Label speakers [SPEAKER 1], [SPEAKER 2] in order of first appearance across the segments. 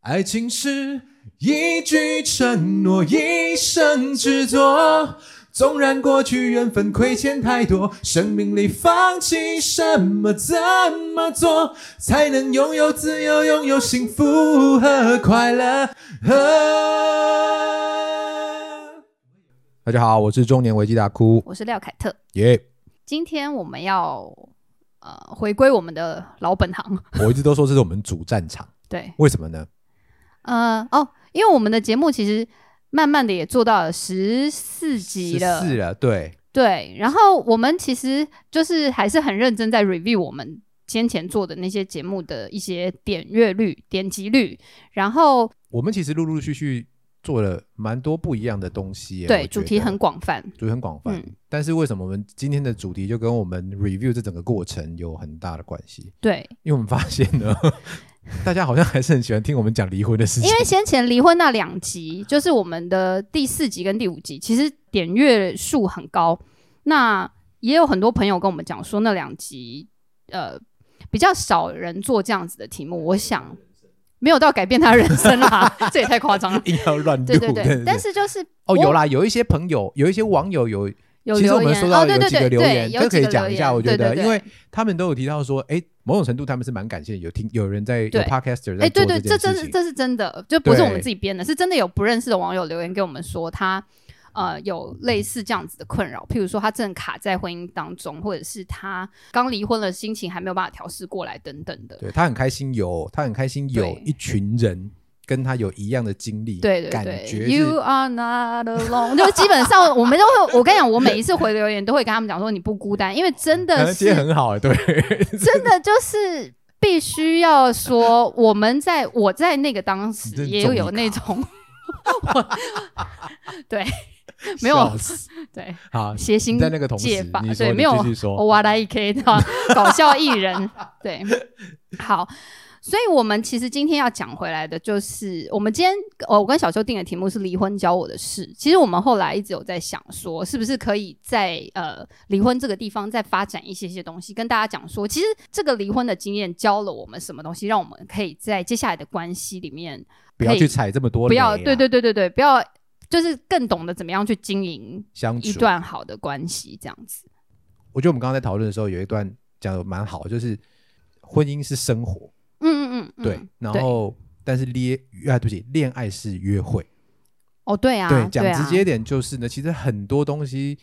[SPEAKER 1] 爱情是一句承诺，一生执着。纵然过去缘分亏欠太多，生命里放弃什么，怎么做才能拥有自由，拥有幸福和快乐？大家好，我是中年危机大哭，
[SPEAKER 2] 我是廖凯特。
[SPEAKER 1] 耶、
[SPEAKER 2] 今天我们要呃回归我们的老本行，
[SPEAKER 1] 我一直都说这是我们主战场，
[SPEAKER 2] 对，
[SPEAKER 1] 为什么呢？
[SPEAKER 2] 呃哦，因为我们的节目其实慢慢的也做到了十四集了，
[SPEAKER 1] 四了，对，
[SPEAKER 2] 对，然后我们其实就是还是很认真在 review 我们先前做的那些节目的一些点阅率、点击率，然后
[SPEAKER 1] 我们其实陆陆续续做了蛮多不一样的东西耶，我
[SPEAKER 2] 对
[SPEAKER 1] 觉
[SPEAKER 2] 主
[SPEAKER 1] 得
[SPEAKER 2] 题很广泛，
[SPEAKER 1] 主题很广泛，
[SPEAKER 2] 嗯
[SPEAKER 1] 但是为什么我们今天的主题就跟我们 review 这整个过程有很大的关系？
[SPEAKER 2] 对，
[SPEAKER 1] 因为我们发现 呢，大家好像还是很喜欢听我们讲离婚的事情 。
[SPEAKER 2] 因，为先前离婚那两集，就是我们的第四集跟第五集，其实点阅数很高。那也有很多朋友跟我们讲说，那两集呃比较少人做这样子的题目。我想没有到改变他人生啦， 这也太夸张了
[SPEAKER 1] 硬要乱录，
[SPEAKER 2] 对对
[SPEAKER 1] 真的
[SPEAKER 2] 对，但是就是
[SPEAKER 1] 哦，
[SPEAKER 2] 我
[SPEAKER 1] 有啦，有一些朋友，有一些网友有，
[SPEAKER 2] 有
[SPEAKER 1] 其实我
[SPEAKER 2] 留
[SPEAKER 1] 们
[SPEAKER 2] 言
[SPEAKER 1] 收
[SPEAKER 2] 哦，
[SPEAKER 1] 到
[SPEAKER 2] 对
[SPEAKER 1] 有
[SPEAKER 2] 对
[SPEAKER 1] 几个
[SPEAKER 2] 对
[SPEAKER 1] 留言，
[SPEAKER 2] 对，
[SPEAKER 1] 这
[SPEAKER 2] 有
[SPEAKER 1] 可
[SPEAKER 2] 几
[SPEAKER 1] 以
[SPEAKER 2] 个
[SPEAKER 1] 讲
[SPEAKER 2] 留
[SPEAKER 1] 一下，
[SPEAKER 2] 言
[SPEAKER 1] 我觉得，
[SPEAKER 2] 对对对
[SPEAKER 1] 因为他们都有提到说，哎，某种程度他们是蛮感谢有听有人在有
[SPEAKER 2] 对
[SPEAKER 1] podcaster 在
[SPEAKER 2] 哎，
[SPEAKER 1] 做
[SPEAKER 2] 对对，
[SPEAKER 1] 件
[SPEAKER 2] 真
[SPEAKER 1] 事
[SPEAKER 2] 是
[SPEAKER 1] 情，
[SPEAKER 2] 这是真的，就不是我们
[SPEAKER 1] 对
[SPEAKER 2] 自己编的，是真的有不认识的网友留言给我们说他。呃，有类似这样子的困扰，譬如说他正卡在婚姻当中，或者是他刚离婚了，心情还没有办法调试过来，等等的。
[SPEAKER 1] 对他很开心有，他很开心有
[SPEAKER 2] 对
[SPEAKER 1] 一群人跟他有一样的经历，
[SPEAKER 2] 对对
[SPEAKER 1] 感
[SPEAKER 2] 对
[SPEAKER 1] 觉是
[SPEAKER 2] ，You are not alone，就基本上我们都会，我跟你讲，我每一次回留言都会跟他们讲说你不孤单，因为真
[SPEAKER 1] 感
[SPEAKER 2] 的
[SPEAKER 1] 觉接
[SPEAKER 2] 是
[SPEAKER 1] 很好哎，对，
[SPEAKER 2] 真的就是必须要说，我们在我在那个当
[SPEAKER 1] 你真
[SPEAKER 2] 时
[SPEAKER 1] 是
[SPEAKER 2] 也
[SPEAKER 1] 综艺
[SPEAKER 2] 有那种， 对没有
[SPEAKER 1] 笑死
[SPEAKER 2] 对
[SPEAKER 1] 好，
[SPEAKER 2] 谐星
[SPEAKER 1] 你在那个同时，
[SPEAKER 2] 解吧
[SPEAKER 1] 你，说
[SPEAKER 2] 对，
[SPEAKER 1] 你
[SPEAKER 2] 没有
[SPEAKER 1] 继续说，
[SPEAKER 2] 我哇啦 E K 的 搞笑艺人，对，好，所以我们其实今天要讲回来的就是，我们今天哦，我跟小秋定的题目是离婚教我的事。其实我们后来一直有在想说，是不是可以在呃离婚这个地方再发展一些些东西，跟大家讲说，其实这个离婚的经验教了我们什么东西，让我们可以在接下来的关系里面
[SPEAKER 1] 不要
[SPEAKER 2] 可以
[SPEAKER 1] 去踩这么多
[SPEAKER 2] 不
[SPEAKER 1] 雷啊，
[SPEAKER 2] 要，对对对对对，不要。就是更懂得怎么样去经营
[SPEAKER 1] 相
[SPEAKER 2] 一
[SPEAKER 1] 处。
[SPEAKER 2] 段好的关系，这样子。
[SPEAKER 1] 我觉得我们刚刚在讨论的时候，有一段讲的蛮好，就是婚姻是生活，
[SPEAKER 2] 嗯嗯嗯，嗯
[SPEAKER 1] 对，然后但是恋啊，对不起，恋爱是约会，
[SPEAKER 2] 哦，对啊，
[SPEAKER 1] 对，讲
[SPEAKER 2] 啊
[SPEAKER 1] 直接一点就是呢，其实很多东西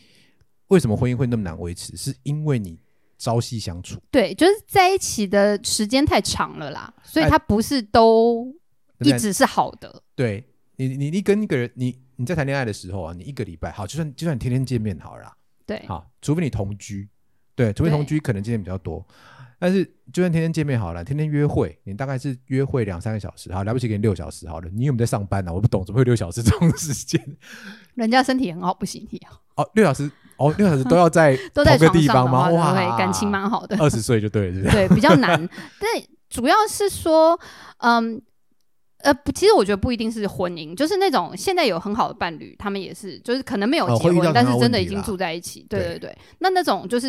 [SPEAKER 1] 为什么婚姻会那么难维持，是因为你朝夕相处，
[SPEAKER 2] 对，就是在一起的时间太长了啦，所以
[SPEAKER 1] 哎
[SPEAKER 2] 它不是都
[SPEAKER 1] 对
[SPEAKER 2] 一
[SPEAKER 1] 不对
[SPEAKER 2] 直是好的。
[SPEAKER 1] 对你你你跟一个人，你你在谈恋爱的时候啊，你一个礼拜好，就算就算你天天见面好了啦，
[SPEAKER 2] 对，
[SPEAKER 1] 好，除非你同居，对，除非同
[SPEAKER 2] 对
[SPEAKER 1] 居可能见面比较多，但是就算天天见面好了，天天约会，你大概是约会两三个小时，好，来不及给你六小时好了，你有没有在上班啊呢、我不懂，怎么会有六小时这种时间？
[SPEAKER 2] 人家身体很好，不行，你好
[SPEAKER 1] 哦，六小时，哦，六小时都要在
[SPEAKER 2] 都在
[SPEAKER 1] 同
[SPEAKER 2] 床
[SPEAKER 1] 个地
[SPEAKER 2] 上
[SPEAKER 1] 方
[SPEAKER 2] 的
[SPEAKER 1] 吗？
[SPEAKER 2] 话，对
[SPEAKER 1] 哇，
[SPEAKER 2] 对，感情蛮好 的，
[SPEAKER 1] 二十岁就对了，是不是？
[SPEAKER 2] 对，比较难。但主要是说，嗯。呃，不其实我觉得不一定是婚姻，就是那种现在有很好的伴侣，他们也是，就是可能没有
[SPEAKER 1] 哦
[SPEAKER 2] 结
[SPEAKER 1] 会遇
[SPEAKER 2] 婚，
[SPEAKER 1] 到
[SPEAKER 2] 但
[SPEAKER 1] 同样
[SPEAKER 2] 是真
[SPEAKER 1] 的问
[SPEAKER 2] 的已
[SPEAKER 1] 题
[SPEAKER 2] 经
[SPEAKER 1] 啦
[SPEAKER 2] 住在一起。对
[SPEAKER 1] 对
[SPEAKER 2] 对对，那那种就是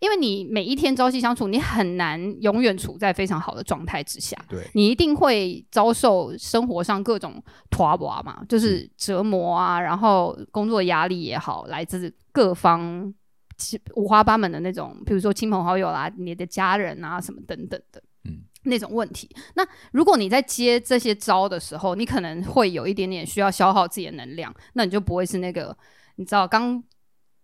[SPEAKER 2] 因为你每一天朝夕相处，你很难永远处在非常好的状态之下。
[SPEAKER 1] 对，
[SPEAKER 2] 你一定会遭受生活上各种拖娃嘛，就是
[SPEAKER 1] 嗯
[SPEAKER 2] 折磨啊，然后工作压力也好，来自各方其五花八门的那种，比如说亲朋好友啦、你的家人啊什么等等的，
[SPEAKER 1] 嗯，
[SPEAKER 2] 那种问题。那如果你在接这些招的时候，你可能会有一点点需要消耗自己的能量，那你就不会是那个你知道刚。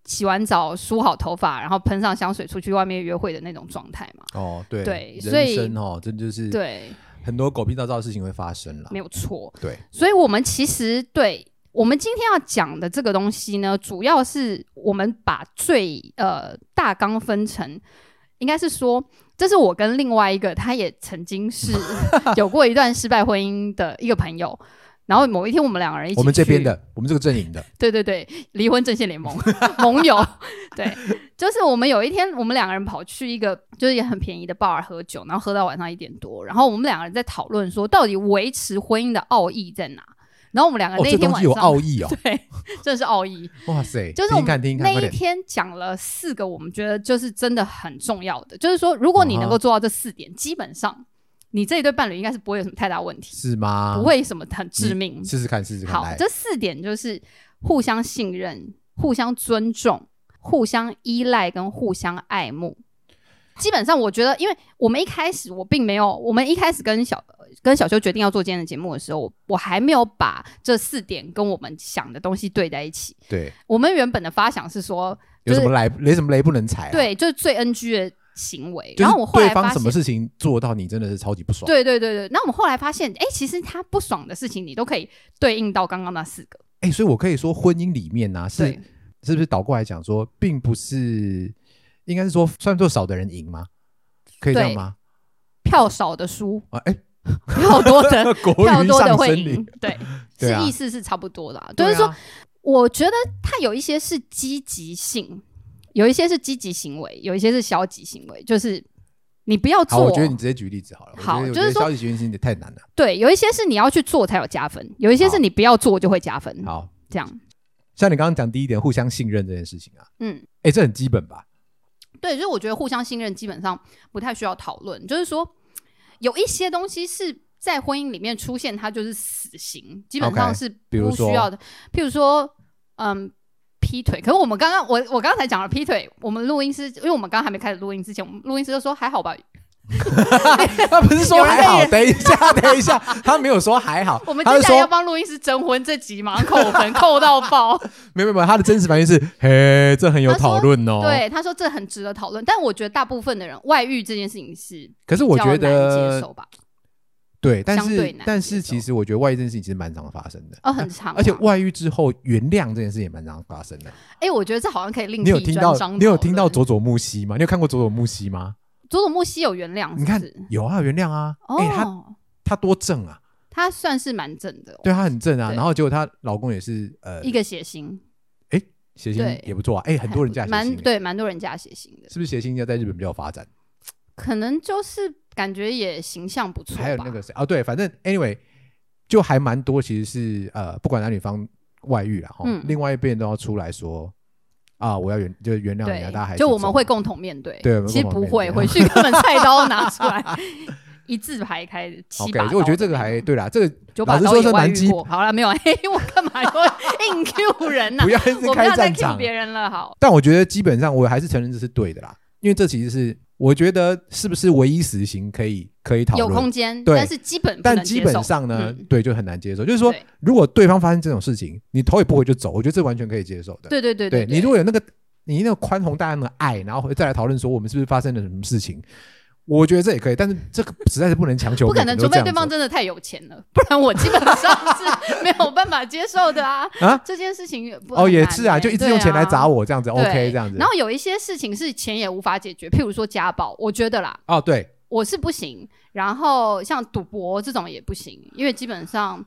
[SPEAKER 2] 洗完澡、梳好头发，然后喷上香水，出去外面约会的那种状态嘛？
[SPEAKER 1] 哦，对，
[SPEAKER 2] 对所
[SPEAKER 1] 人
[SPEAKER 2] 以
[SPEAKER 1] 生哦，这就是
[SPEAKER 2] 对，
[SPEAKER 1] 很多狗屁倒灶的事情会发生了
[SPEAKER 2] 没。有错。
[SPEAKER 1] 对，
[SPEAKER 2] 所以我们其实对我们今天要讲的这个东西呢，主要是我们把最呃大纲分成，应该是说，这是我跟另外一个他也曾经是 有过一段失败婚姻的一个朋友。然后某一天，我们两个人一起，
[SPEAKER 1] 我们这边，的，我们这个阵营的，
[SPEAKER 2] 对对对，离婚阵线联盟 盟友，对，就是我们有一天，我们两个人跑去一个就是也很便宜的 bar 喝酒，然后喝到晚上一点多，然后我们两个人在讨论说，到底维持婚姻的奥义在哪？然后我们两个
[SPEAKER 1] 哦，
[SPEAKER 2] 呃那一
[SPEAKER 1] 这
[SPEAKER 2] 天
[SPEAKER 1] 东
[SPEAKER 2] 晚
[SPEAKER 1] 西有
[SPEAKER 2] 上，
[SPEAKER 1] 奥义 哦，
[SPEAKER 2] 对，真的是奥义。
[SPEAKER 1] 哇塞，
[SPEAKER 2] 就是
[SPEAKER 1] 听
[SPEAKER 2] 我
[SPEAKER 1] 听看，
[SPEAKER 2] 们
[SPEAKER 1] 听听看，
[SPEAKER 2] 那
[SPEAKER 1] 快
[SPEAKER 2] 一
[SPEAKER 1] 点，
[SPEAKER 2] 天讲了四
[SPEAKER 1] 啊
[SPEAKER 2] 个，我们觉得就是真的很重要的，就是说，如果你能够做到这四点，基本上你这一对伴侣应该是不会有什么太大问题，
[SPEAKER 1] 是吗？
[SPEAKER 2] 不会什么很致命
[SPEAKER 1] 你。试试看，试试看。
[SPEAKER 2] 好
[SPEAKER 1] 来，
[SPEAKER 2] 这四点就是互相信任、互相尊重、互相依赖跟互相爱慕。基本上，我觉得，因为我们一开始我并没有，我们一开始跟小跟小修决定要做今天的节目的时候，我我还没有把这四点跟我们想的东西对在一起。
[SPEAKER 1] 对，
[SPEAKER 2] 我们原本的发想是说，就
[SPEAKER 1] 有
[SPEAKER 2] 是
[SPEAKER 1] 什么来，没什么雷不能踩、啊。，
[SPEAKER 2] 对，就是最 NG 的行为。
[SPEAKER 1] 就是
[SPEAKER 2] 然后我后
[SPEAKER 1] 对
[SPEAKER 2] 来发
[SPEAKER 1] 方什
[SPEAKER 2] 现
[SPEAKER 1] 么，事情做到你真的是超级不爽。
[SPEAKER 2] 对对对对。那我们后来发现，哎，其实他不爽的事情，你都可以对应到刚刚那四个。
[SPEAKER 1] 哎、所以我可以说，婚姻里面呢、是
[SPEAKER 2] 对，
[SPEAKER 1] 是不是倒过来讲说，并不是，应该是说算作少的人赢吗？可以这样
[SPEAKER 2] 对
[SPEAKER 1] 吗？
[SPEAKER 2] 票少的输，
[SPEAKER 1] 啊， 哎、
[SPEAKER 2] 票多的
[SPEAKER 1] 国
[SPEAKER 2] 票
[SPEAKER 1] 语
[SPEAKER 2] 多的
[SPEAKER 1] 上
[SPEAKER 2] 会
[SPEAKER 1] 升
[SPEAKER 2] 赢
[SPEAKER 1] 你，，
[SPEAKER 2] 对，
[SPEAKER 1] 对啊
[SPEAKER 2] 是意思是差不多的啊、就
[SPEAKER 1] 对
[SPEAKER 2] 是说，
[SPEAKER 1] 啊，
[SPEAKER 2] 我觉得它有一些是积极性，有一些是积极行为，有一些是消极行为，就是你不要
[SPEAKER 1] 好，
[SPEAKER 2] 做
[SPEAKER 1] 我觉，得你直接举例子好了。我觉
[SPEAKER 2] 好
[SPEAKER 1] 得我
[SPEAKER 2] 就
[SPEAKER 1] 觉
[SPEAKER 2] 是
[SPEAKER 1] 得
[SPEAKER 2] 说
[SPEAKER 1] 消极决心也太难了。
[SPEAKER 2] 对，有一些是你要去做才有加分，有一些是
[SPEAKER 1] 好
[SPEAKER 2] 你不要做就会加分，
[SPEAKER 1] 好
[SPEAKER 2] 这样，
[SPEAKER 1] 像你刚刚讲第一点，互相信任这件事情啊，
[SPEAKER 2] 嗯。
[SPEAKER 1] 哎、这很基本吧？
[SPEAKER 2] 对，所以我觉得互相信任基本上不太需要讨论。就是说，有一些东西是在婚姻里面出现，它就是死刑，基本上
[SPEAKER 1] OK，
[SPEAKER 2] 是
[SPEAKER 1] 比如
[SPEAKER 2] 不需要的。譬如说，嗯，劈腿。可是我们刚刚，我我刚才讲了劈腿，我们录音师，因为我们刚刚还没开始录音之前，我们录音师就说还好吧。
[SPEAKER 1] 他不是说
[SPEAKER 2] 有人
[SPEAKER 1] 还好，
[SPEAKER 2] 在
[SPEAKER 1] 等一 下，等一下，他没有说还好，
[SPEAKER 2] 我们
[SPEAKER 1] 他
[SPEAKER 2] 接
[SPEAKER 1] 是
[SPEAKER 2] 下来要
[SPEAKER 1] 说
[SPEAKER 2] 帮录音师征婚，这集马上扣分，扣到爆。
[SPEAKER 1] 没有没有没有，他的真实反应是，嘿，这很有
[SPEAKER 2] 他说
[SPEAKER 1] 讨论哦。，
[SPEAKER 2] 对，他说这很值得讨论，但我觉得大部分的人外遇这件事情是
[SPEAKER 1] 可是
[SPEAKER 2] 比
[SPEAKER 1] 我
[SPEAKER 2] 较
[SPEAKER 1] 觉
[SPEAKER 2] 难接
[SPEAKER 1] 得
[SPEAKER 2] 受吧？
[SPEAKER 1] 对，但
[SPEAKER 2] 相对
[SPEAKER 1] 是
[SPEAKER 2] 难
[SPEAKER 1] 但
[SPEAKER 2] 接
[SPEAKER 1] 是其
[SPEAKER 2] 受
[SPEAKER 1] 实我觉得外遇这件事情其实蛮常发生的，
[SPEAKER 2] 哦，很长啊，
[SPEAKER 1] 而且外遇之后原谅这件事也蛮常发生的。
[SPEAKER 2] 哎、我觉得这好像可以另
[SPEAKER 1] 你有
[SPEAKER 2] 辟
[SPEAKER 1] 听
[SPEAKER 2] 专
[SPEAKER 1] 到
[SPEAKER 2] 章
[SPEAKER 1] 你有
[SPEAKER 2] 讨
[SPEAKER 1] 听到
[SPEAKER 2] 论
[SPEAKER 1] 佐佐木希吗？你有看过佐佐木希吗？
[SPEAKER 2] 佐佐木希有原谅是不是，
[SPEAKER 1] 你看有啊，原谅啊，
[SPEAKER 2] 哦、
[SPEAKER 1] 哎、他他多正啊，
[SPEAKER 2] 他算是蛮正的哦、
[SPEAKER 1] 对他很正啊，
[SPEAKER 2] 对
[SPEAKER 1] 然后结果她老公也是呃
[SPEAKER 2] 一个血型，
[SPEAKER 1] 谐星
[SPEAKER 2] 对
[SPEAKER 1] 也不错啊，哎、很多人嫁谐
[SPEAKER 2] 蛮
[SPEAKER 1] 星、欸，
[SPEAKER 2] 对，蛮多人嫁血型的，
[SPEAKER 1] 是不是谐星要在日本比较有发展？
[SPEAKER 2] 可能就是感觉也形象不错吧。
[SPEAKER 1] 还有那个谁啊，对，反正 anyway 就还蛮多，其实是呃，不管男女方外遇了哈，
[SPEAKER 2] 嗯
[SPEAKER 1] 另外一边都要出来说啊，我要原就原谅你啊，大家还是
[SPEAKER 2] 对，就我们
[SPEAKER 1] 走
[SPEAKER 2] 会共同面对，
[SPEAKER 1] 对我们
[SPEAKER 2] 其实
[SPEAKER 1] 共同
[SPEAKER 2] 不会，
[SPEAKER 1] 面对
[SPEAKER 2] 回去根本 菜刀拿出 来。一字排开，七
[SPEAKER 1] OK，
[SPEAKER 2] 把刀的那种。
[SPEAKER 1] 所以我觉得这个还对啦，这个
[SPEAKER 2] 九
[SPEAKER 1] 老
[SPEAKER 2] 把
[SPEAKER 1] 实
[SPEAKER 2] 刀
[SPEAKER 1] 说
[SPEAKER 2] 也
[SPEAKER 1] 是
[SPEAKER 2] 外
[SPEAKER 1] 蛮
[SPEAKER 2] 遇
[SPEAKER 1] 基
[SPEAKER 2] 过。好了，没有， 嘿，我干嘛要硬 Q 人呢、
[SPEAKER 1] 不要一直
[SPEAKER 2] 我不
[SPEAKER 1] 开
[SPEAKER 2] 要再
[SPEAKER 1] 战
[SPEAKER 2] Q
[SPEAKER 1] 场。
[SPEAKER 2] 别人了，好。
[SPEAKER 1] 但我觉得基本上我还是承认这是对的啦，因为这其实是我觉得是不是唯一死刑可以可以讨
[SPEAKER 2] 有空
[SPEAKER 1] 论，
[SPEAKER 2] 间，
[SPEAKER 1] 对
[SPEAKER 2] 但是基本不
[SPEAKER 1] 但
[SPEAKER 2] 能
[SPEAKER 1] 基
[SPEAKER 2] 接
[SPEAKER 1] 本
[SPEAKER 2] 受
[SPEAKER 1] 上呢，
[SPEAKER 2] 嗯
[SPEAKER 1] 对就很难接受。就是说
[SPEAKER 2] 对，
[SPEAKER 1] 如果对方发生这种事情，你头也不回就走，我觉得这完全可以接受的。
[SPEAKER 2] 对对对
[SPEAKER 1] 你
[SPEAKER 2] 对，
[SPEAKER 1] 如果有那个你那个宽宏大量的爱，然后再来讨论说我们是不是发生了什么事情，我觉得这也可以，但是这个实在是不能强求
[SPEAKER 2] 不
[SPEAKER 1] 每个人
[SPEAKER 2] 可能，
[SPEAKER 1] 都
[SPEAKER 2] 除
[SPEAKER 1] 这
[SPEAKER 2] 非
[SPEAKER 1] 样
[SPEAKER 2] 对
[SPEAKER 1] 做，
[SPEAKER 2] 方真的太有钱了， 不然我基 本上是没有办法接受的啊。
[SPEAKER 1] 啊
[SPEAKER 2] 这件事情不
[SPEAKER 1] 哦，
[SPEAKER 2] 很
[SPEAKER 1] 也
[SPEAKER 2] 难
[SPEAKER 1] 是啊，
[SPEAKER 2] 欸
[SPEAKER 1] 就一直
[SPEAKER 2] 对
[SPEAKER 1] 用钱来砸
[SPEAKER 2] 啊
[SPEAKER 1] 我这样子
[SPEAKER 2] 对
[SPEAKER 1] ，OK 这样子
[SPEAKER 2] 然。后有一些事情是钱也无法解决，譬如说家暴，我觉得啦，
[SPEAKER 1] 哦，对，
[SPEAKER 2] 我是不行。然后像赌博这种也不行，因为基本上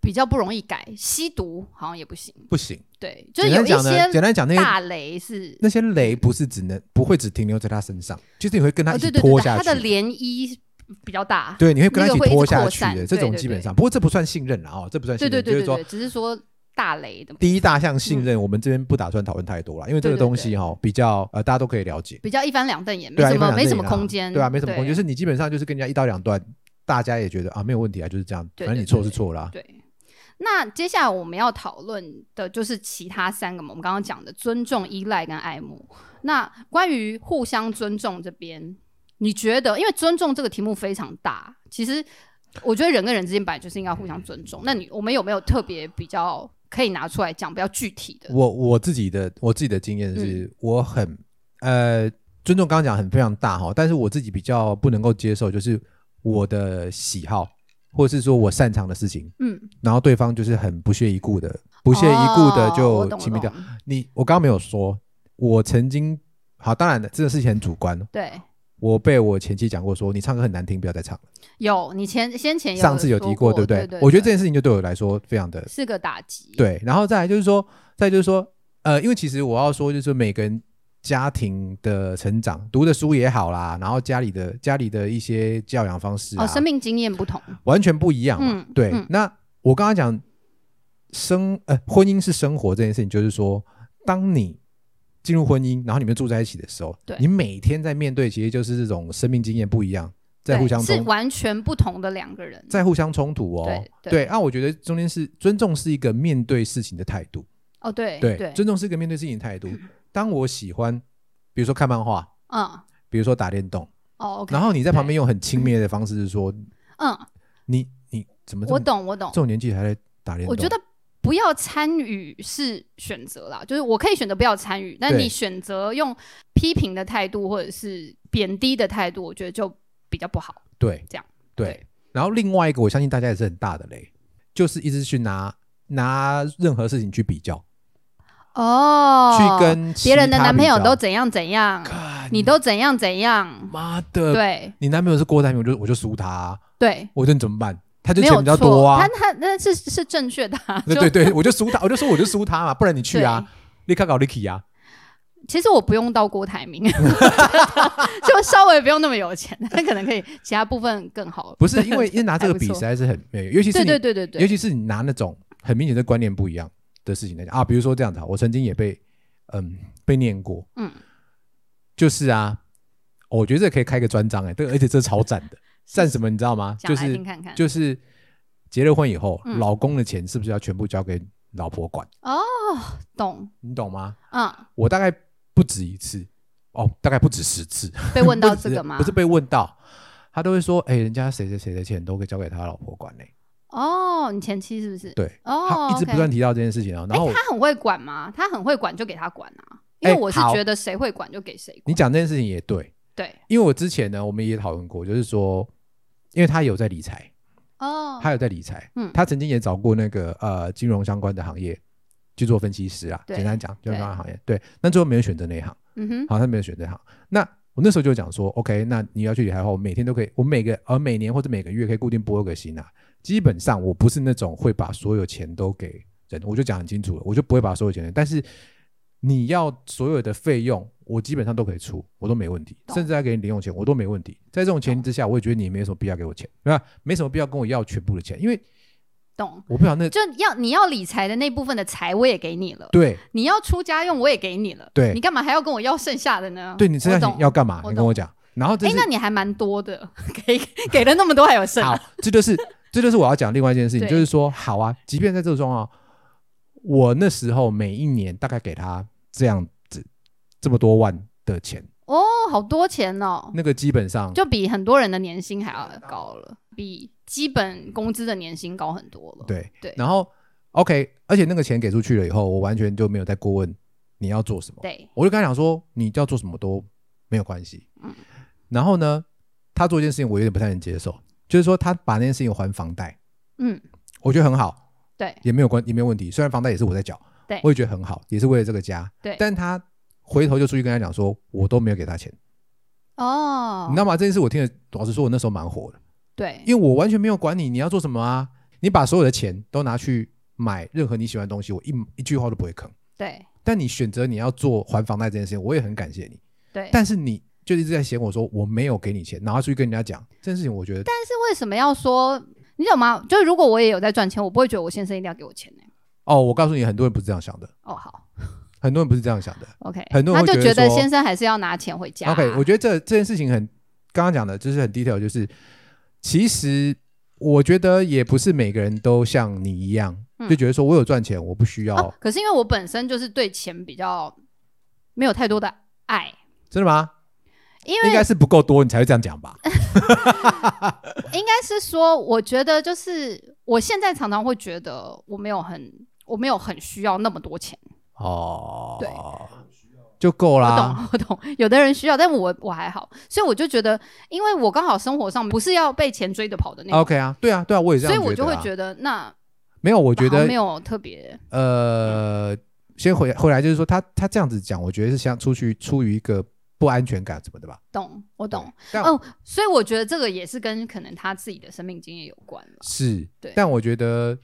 [SPEAKER 2] 比较不容易改。吸毒好像也不行，
[SPEAKER 1] 不行。
[SPEAKER 2] 对，就是
[SPEAKER 1] 简单
[SPEAKER 2] 有一
[SPEAKER 1] 讲呢，
[SPEAKER 2] 些
[SPEAKER 1] 简单讲那些
[SPEAKER 2] 大雷是
[SPEAKER 1] 那些雷不是只能不会只停留在他身上，就是你会跟他
[SPEAKER 2] 哦
[SPEAKER 1] 一起
[SPEAKER 2] 对对对
[SPEAKER 1] 拖
[SPEAKER 2] 对，
[SPEAKER 1] 下
[SPEAKER 2] 它
[SPEAKER 1] 去。
[SPEAKER 2] 的涟漪比较大。
[SPEAKER 1] 对，你会跟他
[SPEAKER 2] 那
[SPEAKER 1] 一
[SPEAKER 2] 个
[SPEAKER 1] 起
[SPEAKER 2] 会一直
[SPEAKER 1] 拖下
[SPEAKER 2] 扩
[SPEAKER 1] 去
[SPEAKER 2] 散
[SPEAKER 1] 的，
[SPEAKER 2] 对
[SPEAKER 1] 这种
[SPEAKER 2] 对
[SPEAKER 1] 基
[SPEAKER 2] 对
[SPEAKER 1] 本上，不过这不算信任了哦，这不算信
[SPEAKER 2] 对
[SPEAKER 1] 任，
[SPEAKER 2] 对
[SPEAKER 1] 就
[SPEAKER 2] 对对
[SPEAKER 1] 是
[SPEAKER 2] 对，
[SPEAKER 1] 说
[SPEAKER 2] 只是说大雷的
[SPEAKER 1] 第一大项信任，我们这边不打算讨论太多了，因为这个
[SPEAKER 2] 对对
[SPEAKER 1] 东西哈、哦、比较呃大家都可以了解，
[SPEAKER 2] 比较一翻两瞪眼，没
[SPEAKER 1] 对啊，
[SPEAKER 2] 什
[SPEAKER 1] 一
[SPEAKER 2] 么、
[SPEAKER 1] 翻两
[SPEAKER 2] 没什
[SPEAKER 1] 瞪
[SPEAKER 2] 么
[SPEAKER 1] 眼啊
[SPEAKER 2] 空间，
[SPEAKER 1] 对啊，没什么空间，就
[SPEAKER 2] 对
[SPEAKER 1] 是你基本上就是跟人家一刀两断，大家也觉得啊没有问题啊，就是这样，
[SPEAKER 2] 对
[SPEAKER 1] 反正你
[SPEAKER 2] 对
[SPEAKER 1] 错
[SPEAKER 2] 对
[SPEAKER 1] 是
[SPEAKER 2] 对
[SPEAKER 1] 错啦，
[SPEAKER 2] 对。那接下来我们要讨论的就是其他三个嘛，我们刚刚讲的尊重、依赖跟爱慕。那关于互相尊重这边，你觉得？因为尊重这个题目非常大，其实我觉得人跟人之间本来就是应该互相尊重。那你我们有没有特别比较可以拿出来讲比较具体的？
[SPEAKER 1] 我我自己的我自己的经验是，我很呃尊重刚刚讲很非常大哈，但是我自己比较不能够接受，就是我的喜好或是说我擅长的事情，
[SPEAKER 2] 嗯，
[SPEAKER 1] 然后对方就是很不屑一顾的，不屑一顾的
[SPEAKER 2] 哦我
[SPEAKER 1] 就
[SPEAKER 2] 懂
[SPEAKER 1] 轻蔑掉。
[SPEAKER 2] 我懂
[SPEAKER 1] 你我刚刚没有说，我曾经好，当然了，这个事情很主观，
[SPEAKER 2] 对，
[SPEAKER 1] 我被我前妻讲过说，你唱歌很难听，不要再唱了。
[SPEAKER 2] 有你前先前有
[SPEAKER 1] 上次有提
[SPEAKER 2] 说
[SPEAKER 1] 过，
[SPEAKER 2] 过，
[SPEAKER 1] 对不
[SPEAKER 2] 对？
[SPEAKER 1] 我觉得这件事情就对我来说非常的
[SPEAKER 2] 是个打击。，
[SPEAKER 1] 对，然后再来就是说，再就是说，呃，因为其实我要说，就是说每个人家庭的成长，读的书也好啦，然后家里的家里的一些教养方式啊，
[SPEAKER 2] 哦，生命经验不同，
[SPEAKER 1] 完全不一样嘛。
[SPEAKER 2] 嗯
[SPEAKER 1] 对，
[SPEAKER 2] 嗯
[SPEAKER 1] 那我刚刚讲生呃婚姻是生活这件事情，就是说，当你进入婚姻，然后你们住在一起的时候
[SPEAKER 2] 对，
[SPEAKER 1] 你每天在面对，其实就是这种生命经验不一样，在互
[SPEAKER 2] 对
[SPEAKER 1] 相
[SPEAKER 2] 是
[SPEAKER 1] 冲，
[SPEAKER 2] 完全不同的两个人。
[SPEAKER 1] 在互相冲突哦。
[SPEAKER 2] 对对
[SPEAKER 1] 对，啊，我觉得中间是尊重是一个面对事情的态度，
[SPEAKER 2] 哦，对
[SPEAKER 1] 对，
[SPEAKER 2] 对，
[SPEAKER 1] 尊重是一个面对事情的态度。 当我喜欢，比如说看漫画，
[SPEAKER 2] 嗯，
[SPEAKER 1] 比如说打电动，
[SPEAKER 2] 哦，OK，
[SPEAKER 1] 然后你在旁边用很轻蔑的方式说
[SPEAKER 2] 嗯，
[SPEAKER 1] 你你怎么这么
[SPEAKER 2] 我懂我懂
[SPEAKER 1] 这，种年纪还在打电动？
[SPEAKER 2] 我觉得不要参与是选择啦，就是我可以选择不要参与，但
[SPEAKER 1] 对
[SPEAKER 2] 你选择用批评的态度或者是贬低的态度，我觉得就比较不好。
[SPEAKER 1] 对，
[SPEAKER 2] 这样
[SPEAKER 1] 对。
[SPEAKER 2] 对
[SPEAKER 1] 然后另外一个，我相信大家也是很大的雷，就是一直去拿拿任何事情去比较，
[SPEAKER 2] 哦
[SPEAKER 1] 去跟其
[SPEAKER 2] 别人的
[SPEAKER 1] 他
[SPEAKER 2] 男朋友
[SPEAKER 1] 比较
[SPEAKER 2] 都怎样怎样，
[SPEAKER 1] 干
[SPEAKER 2] 你都怎样怎样，
[SPEAKER 1] 妈的，
[SPEAKER 2] 对
[SPEAKER 1] 你男朋友是郭台铭，我就我就输他啊、
[SPEAKER 2] 对，
[SPEAKER 1] 我说你怎么办？他就
[SPEAKER 2] 没
[SPEAKER 1] 钱
[SPEAKER 2] 有
[SPEAKER 1] 比较
[SPEAKER 2] 错。
[SPEAKER 1] 多啊
[SPEAKER 2] 他，他那是是正确的、啊，
[SPEAKER 1] 对
[SPEAKER 2] 就
[SPEAKER 1] 对对，我就输他，我就说我就输他嘛，不然你去啊
[SPEAKER 2] 对，
[SPEAKER 1] 立刻搞 Licky 啊，
[SPEAKER 2] 其实我不用到郭台铭， 就稍微不用那么有钱，但可能可以其他部分更好。
[SPEAKER 1] 不是因为因为拿这个
[SPEAKER 2] 还不
[SPEAKER 1] 比
[SPEAKER 2] 错
[SPEAKER 1] 实在是很那个，尤其是
[SPEAKER 2] 对
[SPEAKER 1] 你
[SPEAKER 2] 对对对
[SPEAKER 1] 尤
[SPEAKER 2] 对，
[SPEAKER 1] 其是你拿那种很明显的观念不一样的事情来讲啊，比如说这样子啊，我曾经也被嗯被念过，
[SPEAKER 2] 嗯，
[SPEAKER 1] 就是啊，我觉得这可以开个专章哎、欸，这个而且这超赞的，赞什么你知道吗？
[SPEAKER 2] 想
[SPEAKER 1] 就
[SPEAKER 2] 来听
[SPEAKER 1] 是
[SPEAKER 2] 看看。
[SPEAKER 1] 就是结了婚以后，
[SPEAKER 2] 嗯
[SPEAKER 1] 老公的钱是不是要全部交给老婆管？
[SPEAKER 2] 哦，懂，
[SPEAKER 1] 你懂吗？
[SPEAKER 2] 嗯，
[SPEAKER 1] 我大概不止一次哦，大概不止十次，
[SPEAKER 2] 被问到
[SPEAKER 1] 不止
[SPEAKER 2] 这个吗？
[SPEAKER 1] 不是被问到，他都会说，哎、人家谁谁谁的钱都交给他老婆管嘞、
[SPEAKER 2] 哦，你前妻是不是？
[SPEAKER 1] 对，
[SPEAKER 2] 哦，
[SPEAKER 1] 他一直
[SPEAKER 2] OK
[SPEAKER 1] 不断提到这件事情啊，然后我
[SPEAKER 2] 诶他很会管吗？他很会管就给他管啊，因为
[SPEAKER 1] 诶
[SPEAKER 2] 我是
[SPEAKER 1] 哎好
[SPEAKER 2] 觉得谁会管就给谁
[SPEAKER 1] 你
[SPEAKER 2] 管。
[SPEAKER 1] 讲这件事情也对，
[SPEAKER 2] 对，
[SPEAKER 1] 因为我之前呢，我们也讨论过，就是说，因为他有在理财，
[SPEAKER 2] 哦，
[SPEAKER 1] 他有在理财，
[SPEAKER 2] 嗯
[SPEAKER 1] 他曾经也找过那个呃金融相关的行业去做分析师啊，
[SPEAKER 2] 对
[SPEAKER 1] 简单讲，金融
[SPEAKER 2] 对
[SPEAKER 1] 相关行业，对，那最后没有选择那一行，
[SPEAKER 2] 嗯哼，
[SPEAKER 1] 好，他没有选择那一行，那我那时候就讲说，OK，那你要去理财的话，我每天都可以，我每个呃每年或者每个月可以固定拨一个薪啊，基本上我不是那种会把所有钱都给人，我就讲很清楚了，我就不会把所有钱给，但是。你要所有的费用，我基本上都可以出，我都没问题，
[SPEAKER 2] 懂
[SPEAKER 1] 甚至还给你零用钱，我都没问题。在这种前提之下，我也觉得你没什么必要给我钱，对吧？没什么必要跟我要全部的钱，因为
[SPEAKER 2] 懂。
[SPEAKER 1] 我不晓得那
[SPEAKER 2] 就要你要理财的那部分的财我也给你了，
[SPEAKER 1] 对
[SPEAKER 2] 你要出家用我也给你了，
[SPEAKER 1] 对
[SPEAKER 2] 你干嘛还要跟我要剩下的呢？
[SPEAKER 1] 对，你
[SPEAKER 2] 我
[SPEAKER 1] 现在
[SPEAKER 2] 懂
[SPEAKER 1] 你要干嘛？
[SPEAKER 2] 我
[SPEAKER 1] 你跟我
[SPEAKER 2] 懂
[SPEAKER 1] 讲。然后这
[SPEAKER 2] 哎、
[SPEAKER 1] 是
[SPEAKER 2] 那你还蛮多的， 给给了那么多还有 剩、
[SPEAKER 1] 好
[SPEAKER 2] 啊。，
[SPEAKER 1] 这就是这就是我要讲另外一件事情，
[SPEAKER 2] 对
[SPEAKER 1] 就是说，好啊，即便在这种状况，我那时候每一年大概给他这样子这么多万的钱，
[SPEAKER 2] 哦，好多钱哦，
[SPEAKER 1] 那个基本上
[SPEAKER 2] 就比很多人的年薪还要高了，比基本工资的年薪高很多了。
[SPEAKER 1] 对
[SPEAKER 2] 对
[SPEAKER 1] 然后 OK，而且那个钱给出去了以后，我完全就没有再过问你要做什么。
[SPEAKER 2] 对
[SPEAKER 1] 我就跟他讲说，你要做什么都没有关系。
[SPEAKER 2] 嗯
[SPEAKER 1] 然后呢，他做一件事情我有点不太能接受，就是说他把那件事情还房贷，
[SPEAKER 2] 嗯，
[SPEAKER 1] 我觉得很好，
[SPEAKER 2] 对
[SPEAKER 1] 也没有关也没有问题。虽然房贷也是我在缴，
[SPEAKER 2] 对
[SPEAKER 1] 我也觉得很好，也是为了这个家。
[SPEAKER 2] 对
[SPEAKER 1] 但他回头就出去跟他讲说，我都没有给他钱，
[SPEAKER 2] 哦，嗯
[SPEAKER 1] 你知道吗？这件事我听了，老实说，我那时候蛮火的，
[SPEAKER 2] 对，
[SPEAKER 1] 因为我完全没有管你你要做什么啊，你把所有的钱都拿去买任何你喜欢的东西，我一一句话都不会吭。
[SPEAKER 2] 对
[SPEAKER 1] 但你选择你要做还房贷这件事情，我也很感谢你。
[SPEAKER 2] 对。
[SPEAKER 1] 但是你就一直在嫌我说我没有给你钱，然后出去跟人家讲这件事情，我觉得
[SPEAKER 2] 但是为什么要说？你懂吗？就如果我也有在赚钱，我不会觉得我先生一定要给我钱呢、
[SPEAKER 1] 哦，我告诉你，很多人不是这样想的，
[SPEAKER 2] 哦，好
[SPEAKER 1] 很多人不是这样想的。
[SPEAKER 2] ，OK，
[SPEAKER 1] 很多人
[SPEAKER 2] 他
[SPEAKER 1] 会
[SPEAKER 2] 就
[SPEAKER 1] 觉得
[SPEAKER 2] 觉得
[SPEAKER 1] 说
[SPEAKER 2] 先生还是要拿钱回家啊、
[SPEAKER 1] OK，我觉得这这件事情很刚刚讲的，就是很 detail，就是其实我觉得也不是每个人都像你一样，
[SPEAKER 2] 嗯
[SPEAKER 1] 就觉得说我有赚钱，我不需要，
[SPEAKER 2] 哦，可是因为我本身就是对钱比较没有太多的爱，
[SPEAKER 1] 真的吗？
[SPEAKER 2] 因
[SPEAKER 1] 应
[SPEAKER 2] 为
[SPEAKER 1] 该是不够多，你才会这样讲 吧？
[SPEAKER 2] 应该是说，我觉得就是我现在常常会觉得我没有很我没有很需要那么多钱，
[SPEAKER 1] 哦，
[SPEAKER 2] 对，
[SPEAKER 1] 就够
[SPEAKER 2] 我
[SPEAKER 1] 啦。
[SPEAKER 2] 懂 我懂，有的人需要，但我我还好，所以我就觉得，因为我刚好生活上不是要被钱追着跑的那种，
[SPEAKER 1] OK 啊，对啊，对啊，我也这
[SPEAKER 2] 所以
[SPEAKER 1] 样
[SPEAKER 2] 我就
[SPEAKER 1] 得
[SPEAKER 2] 会
[SPEAKER 1] 啊。
[SPEAKER 2] 觉得那
[SPEAKER 1] 没有，我觉
[SPEAKER 2] 好像
[SPEAKER 1] 得
[SPEAKER 2] 没有特别
[SPEAKER 1] 呃，先回回来就是说他他这样子讲，我觉得是想出去出于一个不安全感什么的吧。
[SPEAKER 2] 懂，我懂，
[SPEAKER 1] 对，但
[SPEAKER 2] 哦所以我觉得这个也是跟可能他自己的生命经验有关了。
[SPEAKER 1] 是
[SPEAKER 2] 对，
[SPEAKER 1] 但我觉得